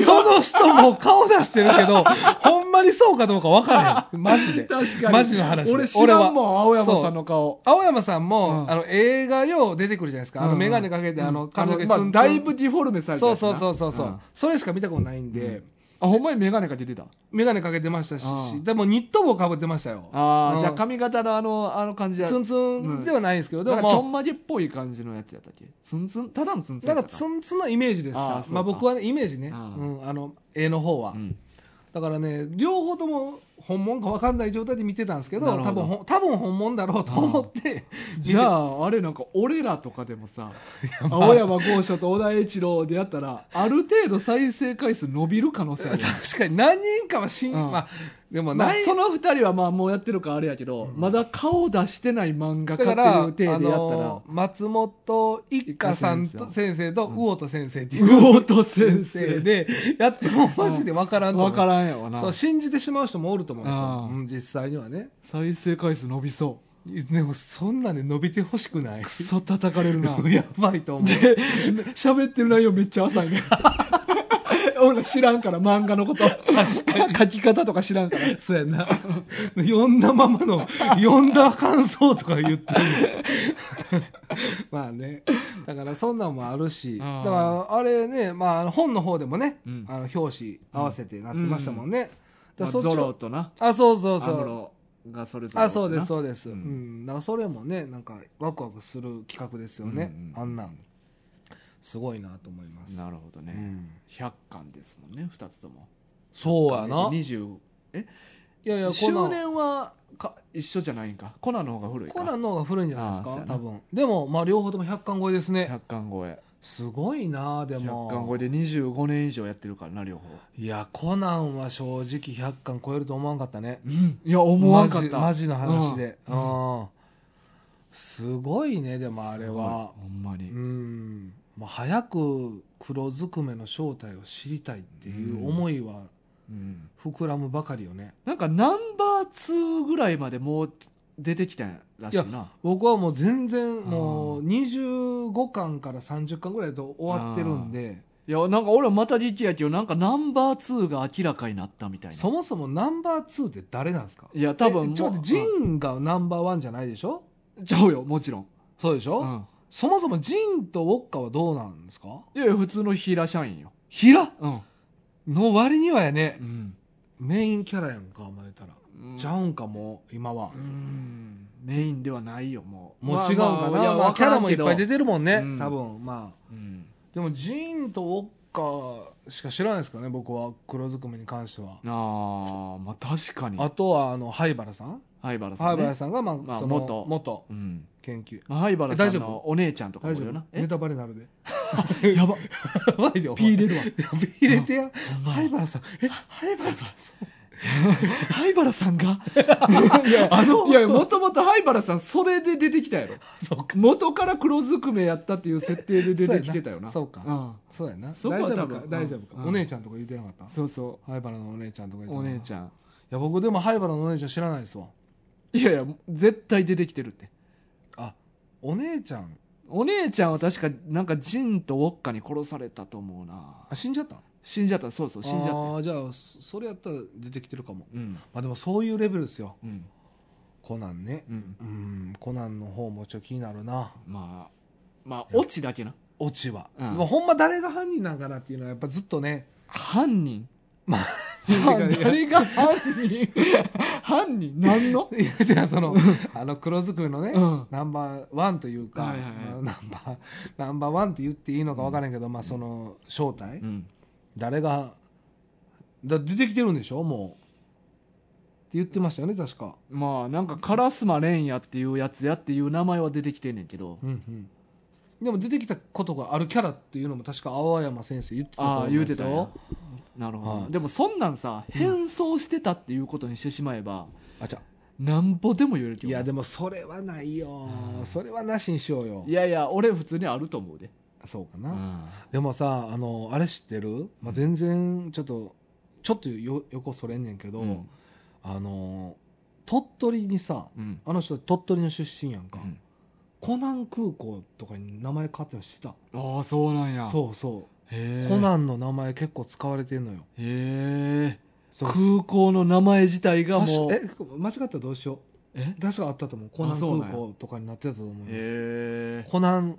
Speaker 2: その人も顔出してる
Speaker 1: [laughs]
Speaker 2: けどほんまにそうかどうか分からへんマジで
Speaker 1: 確かに
Speaker 2: マジの話
Speaker 1: 俺知らんも
Speaker 2: 俺
Speaker 1: ん
Speaker 2: は
Speaker 1: 青山さんの顔
Speaker 2: 青山さんも、
Speaker 1: うん
Speaker 2: あの映画よう出てくるじゃないですか、あ
Speaker 1: う
Speaker 2: の
Speaker 1: ん
Speaker 2: 眼鏡かけて、あの
Speaker 1: あ
Speaker 2: 髪の毛
Speaker 1: ま
Speaker 2: ツ
Speaker 1: あ
Speaker 2: ンツン
Speaker 1: だいぶディフォルメされた
Speaker 2: そう
Speaker 1: やつな
Speaker 2: そうそうそうそう、
Speaker 1: んあ
Speaker 2: それしか見たことないんで、
Speaker 1: ほんまに眼鏡かけてた
Speaker 2: 眼鏡かけてましたし、
Speaker 1: うん
Speaker 2: でもニット帽かぶってましたよ
Speaker 1: ああ、
Speaker 2: うん
Speaker 1: じゃあ髪型のあのあの感じや
Speaker 2: ツンツンではないんですけど、
Speaker 1: なん
Speaker 2: で
Speaker 1: かちょ
Speaker 2: も
Speaker 1: んまげっぽい感じのやつやったっけツンツンただのツンツン
Speaker 2: な
Speaker 1: や
Speaker 2: ん
Speaker 1: った
Speaker 2: かツンツンのイメージでし
Speaker 1: ああ
Speaker 2: た
Speaker 1: そうか
Speaker 2: まあ、僕はねイメージね
Speaker 1: ああ
Speaker 2: うん、あの絵の方は、
Speaker 1: うん
Speaker 2: だからね両方とも本物か分かんない状態で見てたんですけど
Speaker 1: なるほど
Speaker 2: 多分ほん多分本物だろうと思って
Speaker 1: じゃああれなんか俺らとかでもさ青山剛昌と小田栄一郎でやったらある程度再生回数伸びる可能性あるよ
Speaker 2: 確かに何人かはしん、
Speaker 1: うん
Speaker 2: まあでも
Speaker 1: まあ
Speaker 2: [laughs] ない、
Speaker 1: その二人はまあもうやってるからあれやけど、まだ顔出してない漫画
Speaker 2: だ
Speaker 1: 家
Speaker 2: か
Speaker 1: って
Speaker 2: ら、あ
Speaker 1: いう体でやったら、
Speaker 2: の松本一家さんと
Speaker 1: 一家
Speaker 2: 先生と魚戸先生っていう、
Speaker 1: 魚戸先
Speaker 2: 先
Speaker 1: 生
Speaker 2: 生でやってもマジで分からんと思う
Speaker 1: 分からんやわな
Speaker 2: そう信じてしまう人もおると思うんです
Speaker 1: ああ
Speaker 2: よ、うん実際にはね
Speaker 1: 再生回数伸びそ
Speaker 2: でもそんなんで伸びてほしくないう
Speaker 1: クソ叩かれるな
Speaker 2: [laughs] やばい
Speaker 1: [laughs]
Speaker 2: と思う
Speaker 1: で喋ってる内容めっちゃ浅
Speaker 2: [laughs]
Speaker 1: いね俺ら知らんから漫画のこと書き方とか知らんから
Speaker 2: そうやな。読んだままの、読んだ感想とか言ってんの [laughs] まあね。だからそんなんもあるし、だ
Speaker 1: あー
Speaker 2: からあれね、まああの本の方でもね、
Speaker 1: うん
Speaker 2: あの表紙合わせてなってましたもんね。
Speaker 1: まあ
Speaker 2: だからそっち
Speaker 1: ゾ
Speaker 2: は
Speaker 1: ロとな
Speaker 2: あ、そうそうそ
Speaker 1: アム
Speaker 2: う。
Speaker 1: ロがそれぞれ
Speaker 2: あ、そうです、そうです。
Speaker 1: う
Speaker 2: うんん。だからそれもね、なんかワクワクする企画ですよね。
Speaker 1: うんうん
Speaker 2: あんなん。すごいなと思います。
Speaker 1: なるほどね、
Speaker 2: うん
Speaker 1: 100巻ですもんね2つとも
Speaker 2: そうやな。い
Speaker 1: 20え
Speaker 2: やいや、こ
Speaker 1: 周
Speaker 2: の。
Speaker 1: 年はか一緒じゃないんかコナンの方が古いか
Speaker 2: コナンの方が古いんじゃないで
Speaker 1: あー
Speaker 2: す
Speaker 1: そうや
Speaker 2: か
Speaker 1: な
Speaker 2: 多分でもまあ両方とも100巻超えですね
Speaker 1: 100巻超え
Speaker 2: すごいなでも
Speaker 1: 100巻超えで25年以上やってるからな両方
Speaker 2: いやコナンは正直100巻超えると思わんかったね
Speaker 1: うんいや思わんかった
Speaker 2: マジマジの話で
Speaker 1: う
Speaker 2: うんんすごいねでもあれ
Speaker 1: す
Speaker 2: は
Speaker 1: ごいほんま
Speaker 2: う
Speaker 1: に、
Speaker 2: んもう早く黒ずくめの正体を知りたいっていう思いは
Speaker 1: うん、
Speaker 2: 膨らむばかりよね、
Speaker 1: なんかナンバー2ぐらいまでもう出てきたらしいない
Speaker 2: 僕はもう全然もう25巻から30巻ぐらいだと終わってるんで
Speaker 1: いやなんか俺はまた時期やけどなんかナンバー2が明らかになったみたいな
Speaker 2: そもそもナンバー2って誰なんですか
Speaker 1: いや多分
Speaker 2: えち
Speaker 1: も
Speaker 2: ょっと
Speaker 1: う
Speaker 2: 待ってジンがナンバーワンじゃないでしょ
Speaker 1: うんちゃうよもちろん、
Speaker 2: そうでしょ、
Speaker 1: うん、
Speaker 2: そもそもジンとウォッカはどうなんですか
Speaker 1: いやいや普通の平社員よ
Speaker 2: ヒラ
Speaker 1: うん、
Speaker 2: の割にはやね
Speaker 1: う、ん
Speaker 2: メインキャラやんかお前言ったら、ちゃうんかもう今は
Speaker 1: う、んメインではないよもう
Speaker 2: もう違うんかな、
Speaker 1: いや
Speaker 2: まあ、
Speaker 1: わ
Speaker 2: キ
Speaker 1: か
Speaker 2: ャ
Speaker 1: ら
Speaker 2: ラ
Speaker 1: ん
Speaker 2: もい
Speaker 1: け
Speaker 2: っ
Speaker 1: ど
Speaker 2: ぱい出てるもんね、
Speaker 1: うん
Speaker 2: 多分まあ
Speaker 1: うん
Speaker 2: でもジンとウォッカしか知らないですからね僕は黒ずくめに関しては、
Speaker 1: ああまあ確かに
Speaker 2: あとはあの灰原さん
Speaker 1: 灰原さ
Speaker 2: 灰
Speaker 1: ん、ね
Speaker 2: 原さんが、まあ
Speaker 1: まあ
Speaker 2: その
Speaker 1: 元うん
Speaker 2: 研究
Speaker 1: まあ、灰原さ
Speaker 2: 大
Speaker 1: ん
Speaker 2: 丈夫
Speaker 1: のお姉ちゃんとかも
Speaker 2: 大
Speaker 1: いるよ
Speaker 2: 丈
Speaker 1: な
Speaker 2: 夫
Speaker 1: え
Speaker 2: ネタバレになるで
Speaker 1: [laughs] や
Speaker 2: [laughs]
Speaker 1: ば
Speaker 2: やばいでお
Speaker 1: ピー
Speaker 2: 前
Speaker 1: 入れるわ
Speaker 2: ピー入れてや
Speaker 1: お前
Speaker 2: 灰原さんえ灰原さん
Speaker 1: [laughs] 灰原さんが [laughs] いや [laughs] あのいやもともと灰原さんそれで出てきたやろ
Speaker 2: そう
Speaker 1: [laughs]
Speaker 2: か
Speaker 1: 元から黒ずくめやったっていう設定で出てきてたよな
Speaker 2: そうか
Speaker 1: うん
Speaker 2: そうやな
Speaker 1: そこは
Speaker 2: 大丈夫
Speaker 1: 多
Speaker 2: か
Speaker 1: 分
Speaker 2: 大丈夫か、
Speaker 1: うん
Speaker 2: お姉ちゃんとか言ってなかった
Speaker 1: そうそ
Speaker 2: 灰原のお姉ちゃんとか言
Speaker 1: う
Speaker 2: って
Speaker 1: お
Speaker 2: なかった
Speaker 1: 姉ちゃん
Speaker 2: いや僕でも灰原のお姉ちゃん知らないですわ
Speaker 1: いやいや絶対出てきてるって
Speaker 2: あお姉ちゃん
Speaker 1: お姉ちゃんは確かなんかジンとウォッカに殺されたと思うな
Speaker 2: あ死んじゃった
Speaker 1: 死んじゃったそうそう死んじゃった
Speaker 2: あーじゃあそそれやったら出てきてるかも
Speaker 1: うん
Speaker 2: まあでもそういうレベルですよ
Speaker 1: うん
Speaker 2: コナンね
Speaker 1: うん
Speaker 2: うんコナンの方もちょっと気になるな
Speaker 1: まあまあオチだけな
Speaker 2: オチは、
Speaker 1: うん
Speaker 2: でもほんま誰が犯人なんかなっていうのはやっぱずっとね
Speaker 1: 犯人 [laughs]
Speaker 2: まあ
Speaker 1: 誰が犯人 [laughs] 犯人何の
Speaker 2: いやじゃあそのあの黒ずくめのね、
Speaker 1: うん
Speaker 2: ナンバーワンというか、
Speaker 1: はいはいはい
Speaker 2: まあナンバーナンバーワンって言っていいのか分からんけど、まあその正体、
Speaker 1: うん
Speaker 2: 誰がだ出てきてるんでしょもうって言ってましたよね確か、
Speaker 1: まあなんか烏丸蓮也っていうやつやっていう名前は出てきてんねんけど
Speaker 2: でも出てきたことがあるキャラっていうのも確か青山先生言ってたと
Speaker 1: あ
Speaker 2: 思
Speaker 1: あ
Speaker 2: い
Speaker 1: 言
Speaker 2: ま
Speaker 1: う
Speaker 2: す
Speaker 1: て
Speaker 2: よ
Speaker 1: たよなるほど、
Speaker 2: はい
Speaker 1: でもそんなんさ変装してたっていうことにしてしまえば、
Speaker 2: あちゃ
Speaker 1: なんぼでも言えるけど
Speaker 2: いやでもそれはないよそれはなしにしようよ
Speaker 1: いやいや俺普通にあると思うで、
Speaker 2: そうか
Speaker 1: う
Speaker 2: な、
Speaker 1: ん、
Speaker 2: でもさあのあれ知ってる、まあ、全然ちょっとちょっとよ横それんねんけど、
Speaker 1: うん
Speaker 2: あの鳥取にさ
Speaker 1: うん
Speaker 2: あの人鳥取の出身やんか、
Speaker 1: うん
Speaker 2: コナン空港とかに名前変わってましてた
Speaker 1: ああそうなんや
Speaker 2: そうそう
Speaker 1: へえ
Speaker 2: コナンの名前結構使われてんのよ。
Speaker 1: へえ
Speaker 2: そう
Speaker 1: 空港の名前自体が
Speaker 2: 確
Speaker 1: もう
Speaker 2: か
Speaker 1: へ
Speaker 2: え間違ったらどうしよう。
Speaker 1: え
Speaker 2: 確かあったと思う。コナン
Speaker 1: あそうなん
Speaker 2: 空
Speaker 1: や
Speaker 2: 港とかになってたと思います。
Speaker 1: え
Speaker 2: コナン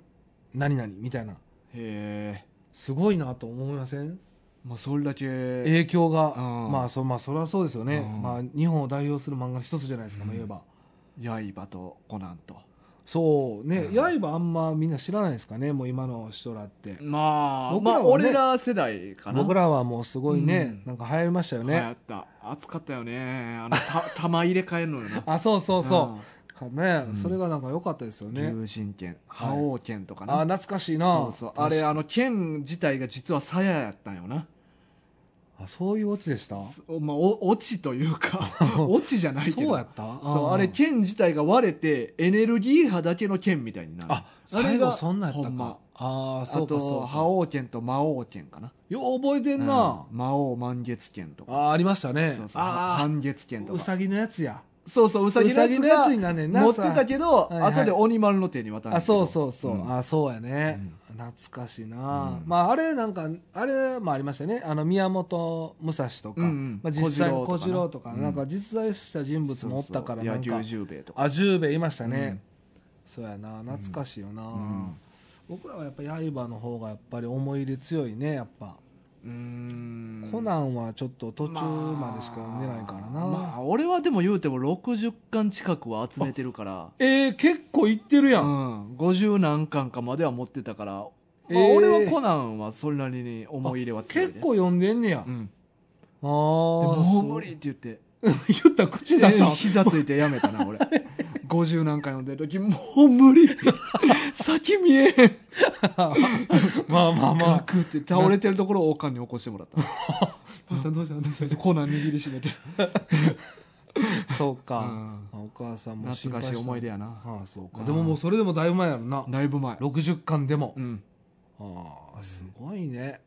Speaker 2: 何々みたいな。
Speaker 1: へえ
Speaker 2: すごいなと思いません
Speaker 1: まあそれだけ
Speaker 2: 影響が。
Speaker 1: うん
Speaker 2: まあそ、まあ、それはそうですよね。
Speaker 1: うん
Speaker 2: まあ、日本を代表する漫画の一つじゃないですか、まあ、言えば。
Speaker 1: 刃とコナンと
Speaker 2: そうね、
Speaker 1: う
Speaker 2: 刃あんまみんな知らないですかね、もう今の人らって。
Speaker 1: まあ、
Speaker 2: 僕
Speaker 1: ま
Speaker 2: らは
Speaker 1: あ
Speaker 2: ね
Speaker 1: 俺ら世代かな
Speaker 2: 僕らはもうすごいね、
Speaker 1: うん
Speaker 2: なんか流行りましたよ
Speaker 1: 流行
Speaker 2: ね。
Speaker 1: った暑かったよねあの [laughs] た玉入れ替えるのよな
Speaker 2: あ、そうそうそう。かね、
Speaker 1: うん
Speaker 2: それがなんか良かったですよ
Speaker 1: うん
Speaker 2: ね。
Speaker 1: 竜神剣
Speaker 2: はい
Speaker 1: 覇王剣とかな、
Speaker 2: あ、懐かしいな。
Speaker 1: そうそうあれあの剣自体が実は鞘やったんよな
Speaker 2: あそういうオチでした
Speaker 1: おまあ、お落ちという [laughs] か落ちじゃないけど
Speaker 2: そうやった
Speaker 1: そうあれ剣自体が割れてエネルギー波だけの剣みたいになる
Speaker 2: あ
Speaker 1: あ
Speaker 2: 最
Speaker 1: れ
Speaker 2: 後
Speaker 1: が
Speaker 2: そんなんやった
Speaker 1: ほん
Speaker 2: か
Speaker 1: ま
Speaker 2: ああ
Speaker 1: あ
Speaker 2: そうかそ
Speaker 1: と
Speaker 2: う
Speaker 1: 覇
Speaker 2: か
Speaker 1: 王剣と魔王剣かな、
Speaker 2: よう覚えて
Speaker 1: うんん
Speaker 2: な
Speaker 1: 魔、王満月剣と
Speaker 2: あ
Speaker 1: か
Speaker 2: あありましたね
Speaker 1: そうそう
Speaker 2: あ
Speaker 1: 半月剣
Speaker 2: あ
Speaker 1: と
Speaker 2: う
Speaker 1: か
Speaker 2: さぎのやつや
Speaker 1: そうそううさ
Speaker 2: う
Speaker 1: ぎの
Speaker 2: さ
Speaker 1: や
Speaker 2: ぎ
Speaker 1: つ
Speaker 2: のや
Speaker 1: が
Speaker 2: つになんねんな
Speaker 1: 持ってたけど、
Speaker 2: はいはい
Speaker 1: 後で鬼丸の手に渡る
Speaker 2: あそうそうそう、
Speaker 1: うん
Speaker 2: あそうやね、懐かしいな、
Speaker 1: うん
Speaker 2: まああれなんかあれもありましたねあの宮本武蔵とか、
Speaker 1: うんうん
Speaker 2: まあ、実際の小
Speaker 1: 小
Speaker 2: 次
Speaker 1: 次
Speaker 2: 郎
Speaker 1: 郎
Speaker 2: と
Speaker 1: と
Speaker 2: か
Speaker 1: かな
Speaker 2: なんか実在した人物もおったからなんか
Speaker 1: 野球十兵衛とか
Speaker 2: あ十兵衛いましたね、そうやな懐かしいよな、
Speaker 1: ん
Speaker 2: 僕らはやっぱ刃の方がやっぱり思い入れ強いねやっぱ、
Speaker 1: うん
Speaker 2: コナンはちょっと途中までしか読んでないからな、
Speaker 1: まあまあ俺はでも言うても60巻近くは集めてるから
Speaker 2: えー、結構いってるやん、
Speaker 1: うん、50何巻かまでは持ってたから、まあ
Speaker 2: えー
Speaker 1: 俺はコナンはそれなりに思い入れは強い
Speaker 2: 結
Speaker 1: で
Speaker 2: 構読んでんねや、
Speaker 1: う
Speaker 2: あ
Speaker 1: ん、で
Speaker 2: あ
Speaker 1: もう無理って
Speaker 2: ー
Speaker 1: 言って
Speaker 2: そう言ったら口出した
Speaker 1: えー膝ついてやめたな俺50何回読んでる時もう無
Speaker 2: [laughs]
Speaker 1: 理先見えへん
Speaker 2: まあまあま
Speaker 1: ガ
Speaker 2: あ
Speaker 1: クって倒れてるところをおかんに起こしてもらった
Speaker 2: [laughs] どうしたどうしたどうし
Speaker 1: コナン握りしめて、
Speaker 2: た [laughs] そう
Speaker 1: う
Speaker 2: か、
Speaker 1: ん、
Speaker 2: お母さんも心
Speaker 1: 懐
Speaker 2: 配
Speaker 1: かしい思い出
Speaker 2: や
Speaker 1: やな
Speaker 2: ああそうか
Speaker 1: うん
Speaker 2: でももうそれでもだいぶ前やろな
Speaker 1: だいぶ前
Speaker 2: 60巻でも、
Speaker 1: うん
Speaker 2: あああすごいね、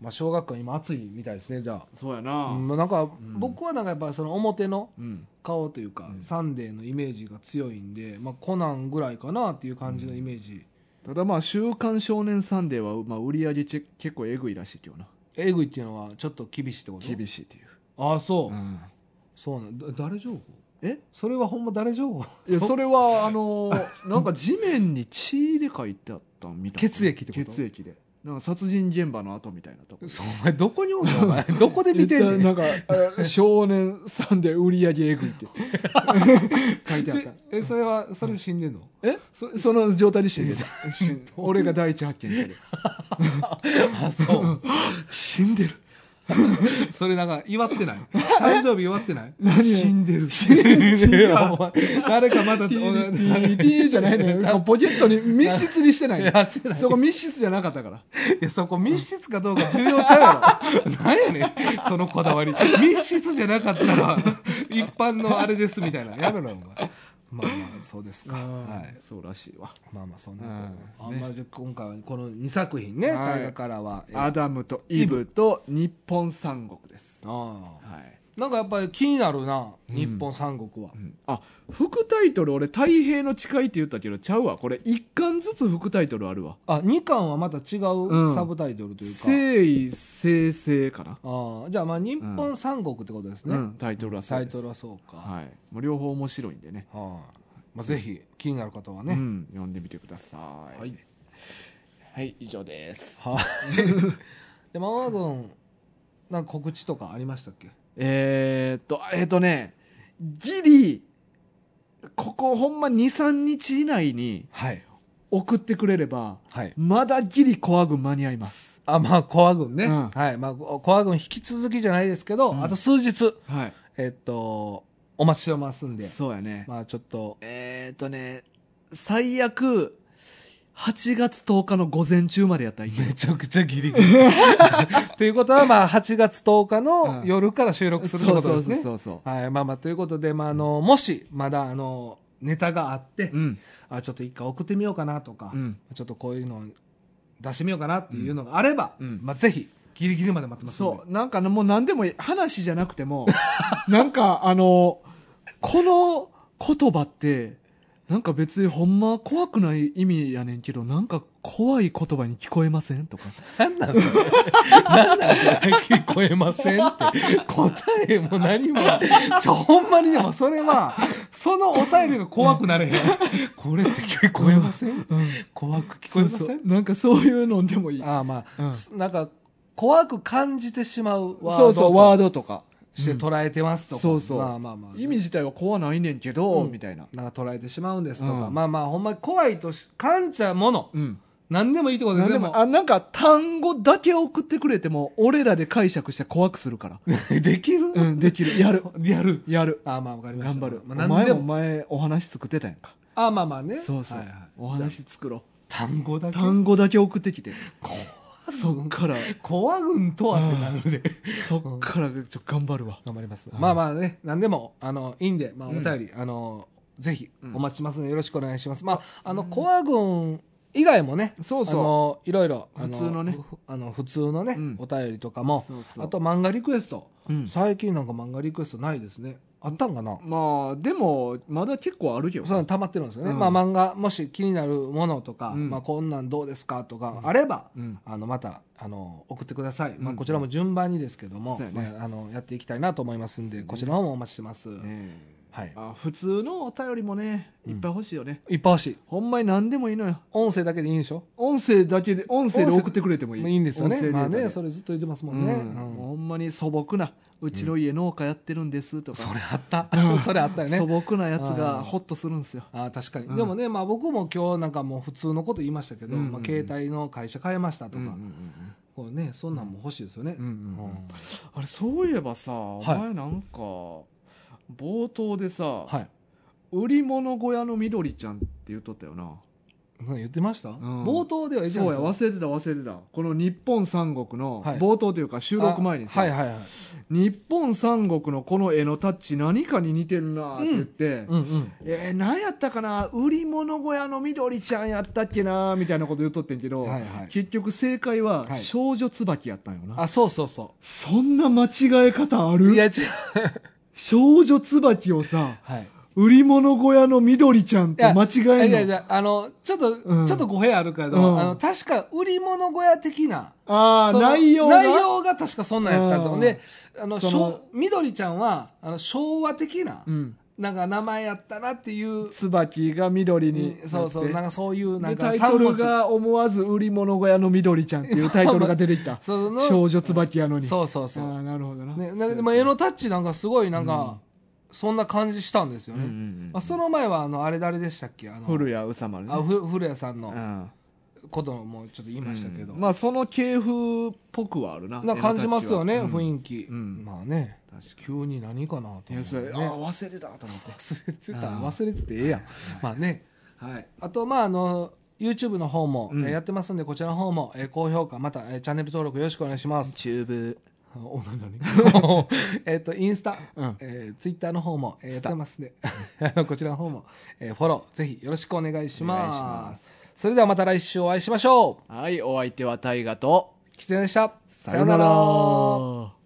Speaker 2: まあ、小学館今暑いみたいですねじゃ
Speaker 1: そうや
Speaker 2: あ、
Speaker 1: な
Speaker 2: うんまあなんか
Speaker 1: ん
Speaker 2: 僕はなんかやっぱその表の
Speaker 1: うん
Speaker 2: 顔というか、
Speaker 1: うん
Speaker 2: サンデーのイメージが強いんで、まあ、コナンぐらいかなっていう感じのイメージ、
Speaker 1: ただまあ「週刊少年サンデーは」まあ、売り上げチェ結構えぐいらしいけどな
Speaker 2: えぐいっていうのはちょっと厳しいってこと
Speaker 1: 厳しいっていう、
Speaker 2: ああそう、
Speaker 1: うん
Speaker 2: そうなんだ誰情報
Speaker 1: え
Speaker 2: それはほんま誰情報
Speaker 1: いやそれはあのーなんか地面に血で書いてあったんみたいな
Speaker 2: 血液ってこと
Speaker 1: 血液でなんか殺人現場の跡みたいなとこ
Speaker 2: そうお前どこにおんのお [laughs] 前どこで見てんねん
Speaker 1: なんか「少年サンデー売り上げえぐい」って [laughs] 書いてあった
Speaker 2: でえそれはそれで死んでんの、
Speaker 1: えそその状態にしてた死ん俺が第一発見してる
Speaker 2: あ [laughs] そう
Speaker 1: 死んでる
Speaker 2: それなんか祝って [laughs] ない誕生日祝ってない
Speaker 1: 何死んでる死んでる
Speaker 2: 違うお前誰か [laughs] まだお
Speaker 1: ティーテ
Speaker 2: 前
Speaker 1: ィーティーじゃないのよポケットに密室にしてないい
Speaker 2: や
Speaker 1: の
Speaker 2: してない
Speaker 1: そこ密室じゃなかったから
Speaker 2: いやそこ密室かどうか重要ちゃ [laughs] うやろなんやねんそのこだわり密室じゃなかったら一般のあれですみたいなやめろよお前まあまあそうですか、はい、
Speaker 1: そうらしいわ
Speaker 2: まあまあそんなこと、あ
Speaker 1: うんね
Speaker 2: まあじゃあ今回はこの2作品ね
Speaker 1: はい
Speaker 2: 大河からは、えー
Speaker 1: アダムとイブと日本三国です
Speaker 2: ああ
Speaker 1: はい
Speaker 2: なんかやっぱり気になるな日本三国は、
Speaker 1: うんあ副タイトル俺「太平の誓い」って言ったけどちゃうわこれ1巻ずつ副タイトルあるわ
Speaker 2: あ2巻はまた違
Speaker 1: う
Speaker 2: うんサブタイトルというか、
Speaker 1: 誠意生成かな、
Speaker 2: ああじゃあまあ日本三国ってことですね、
Speaker 1: うん、タイトルはそう
Speaker 2: タ
Speaker 1: で
Speaker 2: イ
Speaker 1: す
Speaker 2: トルはそうか、は
Speaker 1: は
Speaker 2: い
Speaker 1: い、もう両方面白いんでね
Speaker 2: まあ、ぜひ気になる方は
Speaker 1: う
Speaker 2: ね、
Speaker 1: ん、読んでみてください
Speaker 2: はい、
Speaker 1: はい以上です
Speaker 2: はい
Speaker 1: [laughs]
Speaker 2: でママ軍なんか告知とかありましたっけ
Speaker 1: えー、っとえー、っとねギリここほんま23日以内に
Speaker 2: はい
Speaker 1: 送ってくれれば
Speaker 2: はい
Speaker 1: まだギリコア軍間に合います
Speaker 2: あまあコア軍ね、
Speaker 1: うん
Speaker 2: はいまあココア軍引き続きじゃないですけど、
Speaker 1: うん
Speaker 2: あと数日
Speaker 1: はい
Speaker 2: えっとお待ちしてますんで
Speaker 1: そうやね、
Speaker 2: まあちょっと
Speaker 1: えー、っとね最悪8月10日の午前中までやったらいい
Speaker 2: めちゃくちゃギ
Speaker 1: [laughs]
Speaker 2: リギリということはまあ8月10日の夜から収録するって
Speaker 1: そ
Speaker 2: こ
Speaker 1: うそ
Speaker 2: と
Speaker 1: う
Speaker 2: です
Speaker 1: そうそ
Speaker 2: ね
Speaker 1: うそう
Speaker 2: はい、まあまあ、ということで、まあ、あの、もし、まだ、あの、ネタがあって、
Speaker 1: うん
Speaker 2: あ、ちょっと一回送ってみようかなとか、
Speaker 1: うん
Speaker 2: ちょっとこういうのを出してみようかなっていうのがあれば、
Speaker 1: うん
Speaker 2: まあ、ぜひ、ギリギリまで待ってますんで
Speaker 1: そう、なんかねもう何でもいい。話じゃなくても、 [laughs] なんかあの、この言葉って、なんか別にほんま怖くない意味やねんけど、なんか怖い言葉に聞こえませんとか。
Speaker 2: なんなんそれなんなんそれ聞こえませんって。答えも何も。ちょ、ほんまにでもそれは、そのお便りが怖くなれへん。これって聞こえません怖く聞こえません
Speaker 1: そうそうなんかそういうのでもいい。
Speaker 2: ああまあ、
Speaker 1: うん
Speaker 2: すなんか、怖く感じてしまうワー
Speaker 1: そ
Speaker 2: ド
Speaker 1: うそう、
Speaker 2: と
Speaker 1: ワードとか。
Speaker 2: して捉えてますとか。
Speaker 1: そうそう
Speaker 2: まあまあまあ。
Speaker 1: 意味自体は怖ないねんけど、
Speaker 2: うん
Speaker 1: みたいな。
Speaker 2: なんか捉えてしまうんですとか、
Speaker 1: うん
Speaker 2: まあまあほんま怖いとし感じたもの、
Speaker 1: うん。
Speaker 2: 何でもいいってことで
Speaker 1: な
Speaker 2: す
Speaker 1: ん
Speaker 2: ね
Speaker 1: でも、あ、なんか単語だけ送ってくれても、俺らで解釈して怖くするから。
Speaker 2: もう [laughs] できる、
Speaker 1: うん、できる。やる。
Speaker 2: やる
Speaker 1: やる。
Speaker 2: あまあわかりま
Speaker 1: 頑
Speaker 2: した
Speaker 1: 張る。
Speaker 2: まあ、
Speaker 1: お前
Speaker 2: 何で
Speaker 1: も
Speaker 2: も
Speaker 1: 前お話作ってたやんか。
Speaker 2: あまあまあね
Speaker 1: そうそう、
Speaker 2: はいはい
Speaker 1: お話作ろ
Speaker 2: 単語だ
Speaker 1: う
Speaker 2: け
Speaker 1: 単語だけ送ってきて
Speaker 2: 怖
Speaker 1: そっから
Speaker 2: 怖軍とはってなるで
Speaker 1: そっからちょっと頑張るわ
Speaker 2: 頑張ります、
Speaker 1: はい
Speaker 2: まあまあね何でもあのいいんで、まあ、お便り、あのぜひ
Speaker 1: うん
Speaker 2: お待ちしますのでよろしくお願いします、まああのコア軍以外もね
Speaker 1: そう
Speaker 2: あ
Speaker 1: そ
Speaker 2: のいろいろあの
Speaker 1: 普通のね
Speaker 2: ふあの普通のね、
Speaker 1: うん
Speaker 2: お便りとかも
Speaker 1: そうそう
Speaker 2: あと漫画リクエスト
Speaker 1: う、うん、
Speaker 2: 最近なんか漫画リクエストないですねあったんかな、
Speaker 1: まあでもまだ結構あるよ
Speaker 2: そういうの溜まってるんですよね、
Speaker 1: うん
Speaker 2: まあ漫画もし気になるものとか、
Speaker 1: うん
Speaker 2: まあ、こんなんどうですかとかあれば、
Speaker 1: うん
Speaker 2: あのまたあの送ってください、まあ、
Speaker 1: うん
Speaker 2: こちらも順番にですけども、
Speaker 1: そうやね
Speaker 2: まあ、あのやっていきたいなと思いますんで
Speaker 1: そうね
Speaker 2: こちらの方もお待ちしてます、
Speaker 1: ね
Speaker 2: はい、
Speaker 1: あ普通のお便りもねいっぱい欲しいよね、
Speaker 2: いっぱい欲しい
Speaker 1: ほんまに何でもいいのよ
Speaker 2: 音声だけでいいんでしょ
Speaker 1: 音声だけで音声で送ってくれてもいい
Speaker 2: まあいいんですよね
Speaker 1: 音声デー
Speaker 2: まあ
Speaker 1: タで
Speaker 2: ねそれずっと言ってますも
Speaker 1: うん
Speaker 2: んね、
Speaker 1: もう
Speaker 2: うん
Speaker 1: ほんまに素朴なうちの家農家やってるんですとか
Speaker 2: そ、れあったそれあったよね
Speaker 1: 素朴なやつ
Speaker 2: うん
Speaker 1: がホッとするんですよ
Speaker 2: あー確かに、
Speaker 1: うん
Speaker 2: でもね、まあ、僕も今日なんかもう普通のこと言いましたけど、
Speaker 1: うんうんうん
Speaker 2: まあ、携帯の会社変えましたとか、
Speaker 1: うんうん
Speaker 2: こうね、そんなんも欲しいですよね、
Speaker 1: うんうんうんうん
Speaker 2: うん
Speaker 1: あれそういえばさ、お
Speaker 2: は
Speaker 1: 前なんか冒頭でさ、
Speaker 2: はい
Speaker 1: 売り物小屋の緑ちゃんって言っとったよな
Speaker 2: なんか言ってました、
Speaker 1: ん
Speaker 2: 冒頭では言って
Speaker 1: そ
Speaker 2: ないうで
Speaker 1: や
Speaker 2: す
Speaker 1: 忘れてた忘れてたこの日本三国の
Speaker 2: はい
Speaker 1: 冒頭というか収録前にさ、
Speaker 2: あはいはいはい
Speaker 1: 日本三国のこの絵のタッチ何かに似てるなって言って、
Speaker 2: うんうん
Speaker 1: えー、何やったかな売り物小屋の緑ちゃんやったっけなみたいなこと言っとってんけど、
Speaker 2: はいはい
Speaker 1: 結局正解は
Speaker 2: はい
Speaker 1: 少女椿やったんよな、
Speaker 2: あそうそうそ
Speaker 1: そんな間違え方ある
Speaker 2: ういや違 [laughs] う
Speaker 1: 少女椿をさ
Speaker 2: はい
Speaker 1: 売り物小屋の緑ちゃんって間違えんの
Speaker 2: いやいやいやあのちょっと、
Speaker 1: うん
Speaker 2: ちょっと語弊あるけど、
Speaker 1: うん
Speaker 2: あの確か売り物小屋的な
Speaker 1: ああ
Speaker 2: その
Speaker 1: 内容が
Speaker 2: 内容が確かそんなんやったと思
Speaker 1: う
Speaker 2: うんであの
Speaker 1: その
Speaker 2: 昭緑ちゃんはあの昭和的な,、
Speaker 1: うん、
Speaker 2: なんか名前やったなっていう、
Speaker 1: 椿が緑になって
Speaker 2: そうそうなんかそういうなん
Speaker 1: で
Speaker 2: か
Speaker 1: タイ
Speaker 2: 三
Speaker 1: ト
Speaker 2: 文
Speaker 1: ル
Speaker 2: 字
Speaker 1: が思わず売り物小屋の緑ちゃんっていうタイトルが出てきた
Speaker 2: その
Speaker 1: 少女椿やのに
Speaker 2: そうそうそう
Speaker 1: ああなるほどな,、
Speaker 2: ね、なんかでも絵のタッチなんかすごいなんか、そんな感じしたんですよね、
Speaker 1: うんうんうん
Speaker 2: まあ、その前はあのあれ誰でしたっけあの
Speaker 1: 古谷宇佐丸ね
Speaker 2: あふ古谷さんの
Speaker 1: うん
Speaker 2: こともちょっと言いましたけど、
Speaker 1: うんまあその系風っぽくはあるな
Speaker 2: なんか感じますよね、
Speaker 1: 絵のタッチは
Speaker 2: 雰囲気、
Speaker 1: うん
Speaker 2: まあね
Speaker 1: 確か
Speaker 2: 急に何かなと思って、
Speaker 1: い
Speaker 2: ね、
Speaker 1: やそれ、あ
Speaker 2: 忘
Speaker 1: 忘れてたと思って
Speaker 2: れてた
Speaker 1: あー
Speaker 2: 忘れててええやん、まあね、はい、あとまああの YouTube の方も、
Speaker 1: うん
Speaker 2: えーやってますんでこちらの方も、えー高評価また、えーチャンネル登録よろしくお願い
Speaker 1: [laughs]
Speaker 2: します
Speaker 1: チューブ
Speaker 2: おなになに [laughs] えっと、インスタ、
Speaker 1: うん
Speaker 2: えーツイッターの方も、えーや
Speaker 1: ス
Speaker 2: っ
Speaker 1: タ
Speaker 2: てますね。あの [laughs] こちらの方も、えーフォロー、ぜひよろしくお願いし
Speaker 1: お願い
Speaker 2: ます。
Speaker 1: します
Speaker 2: それではまた来週お会いしましょ
Speaker 1: はいお相手は大ガと
Speaker 2: う。きつねでした。
Speaker 1: さよなら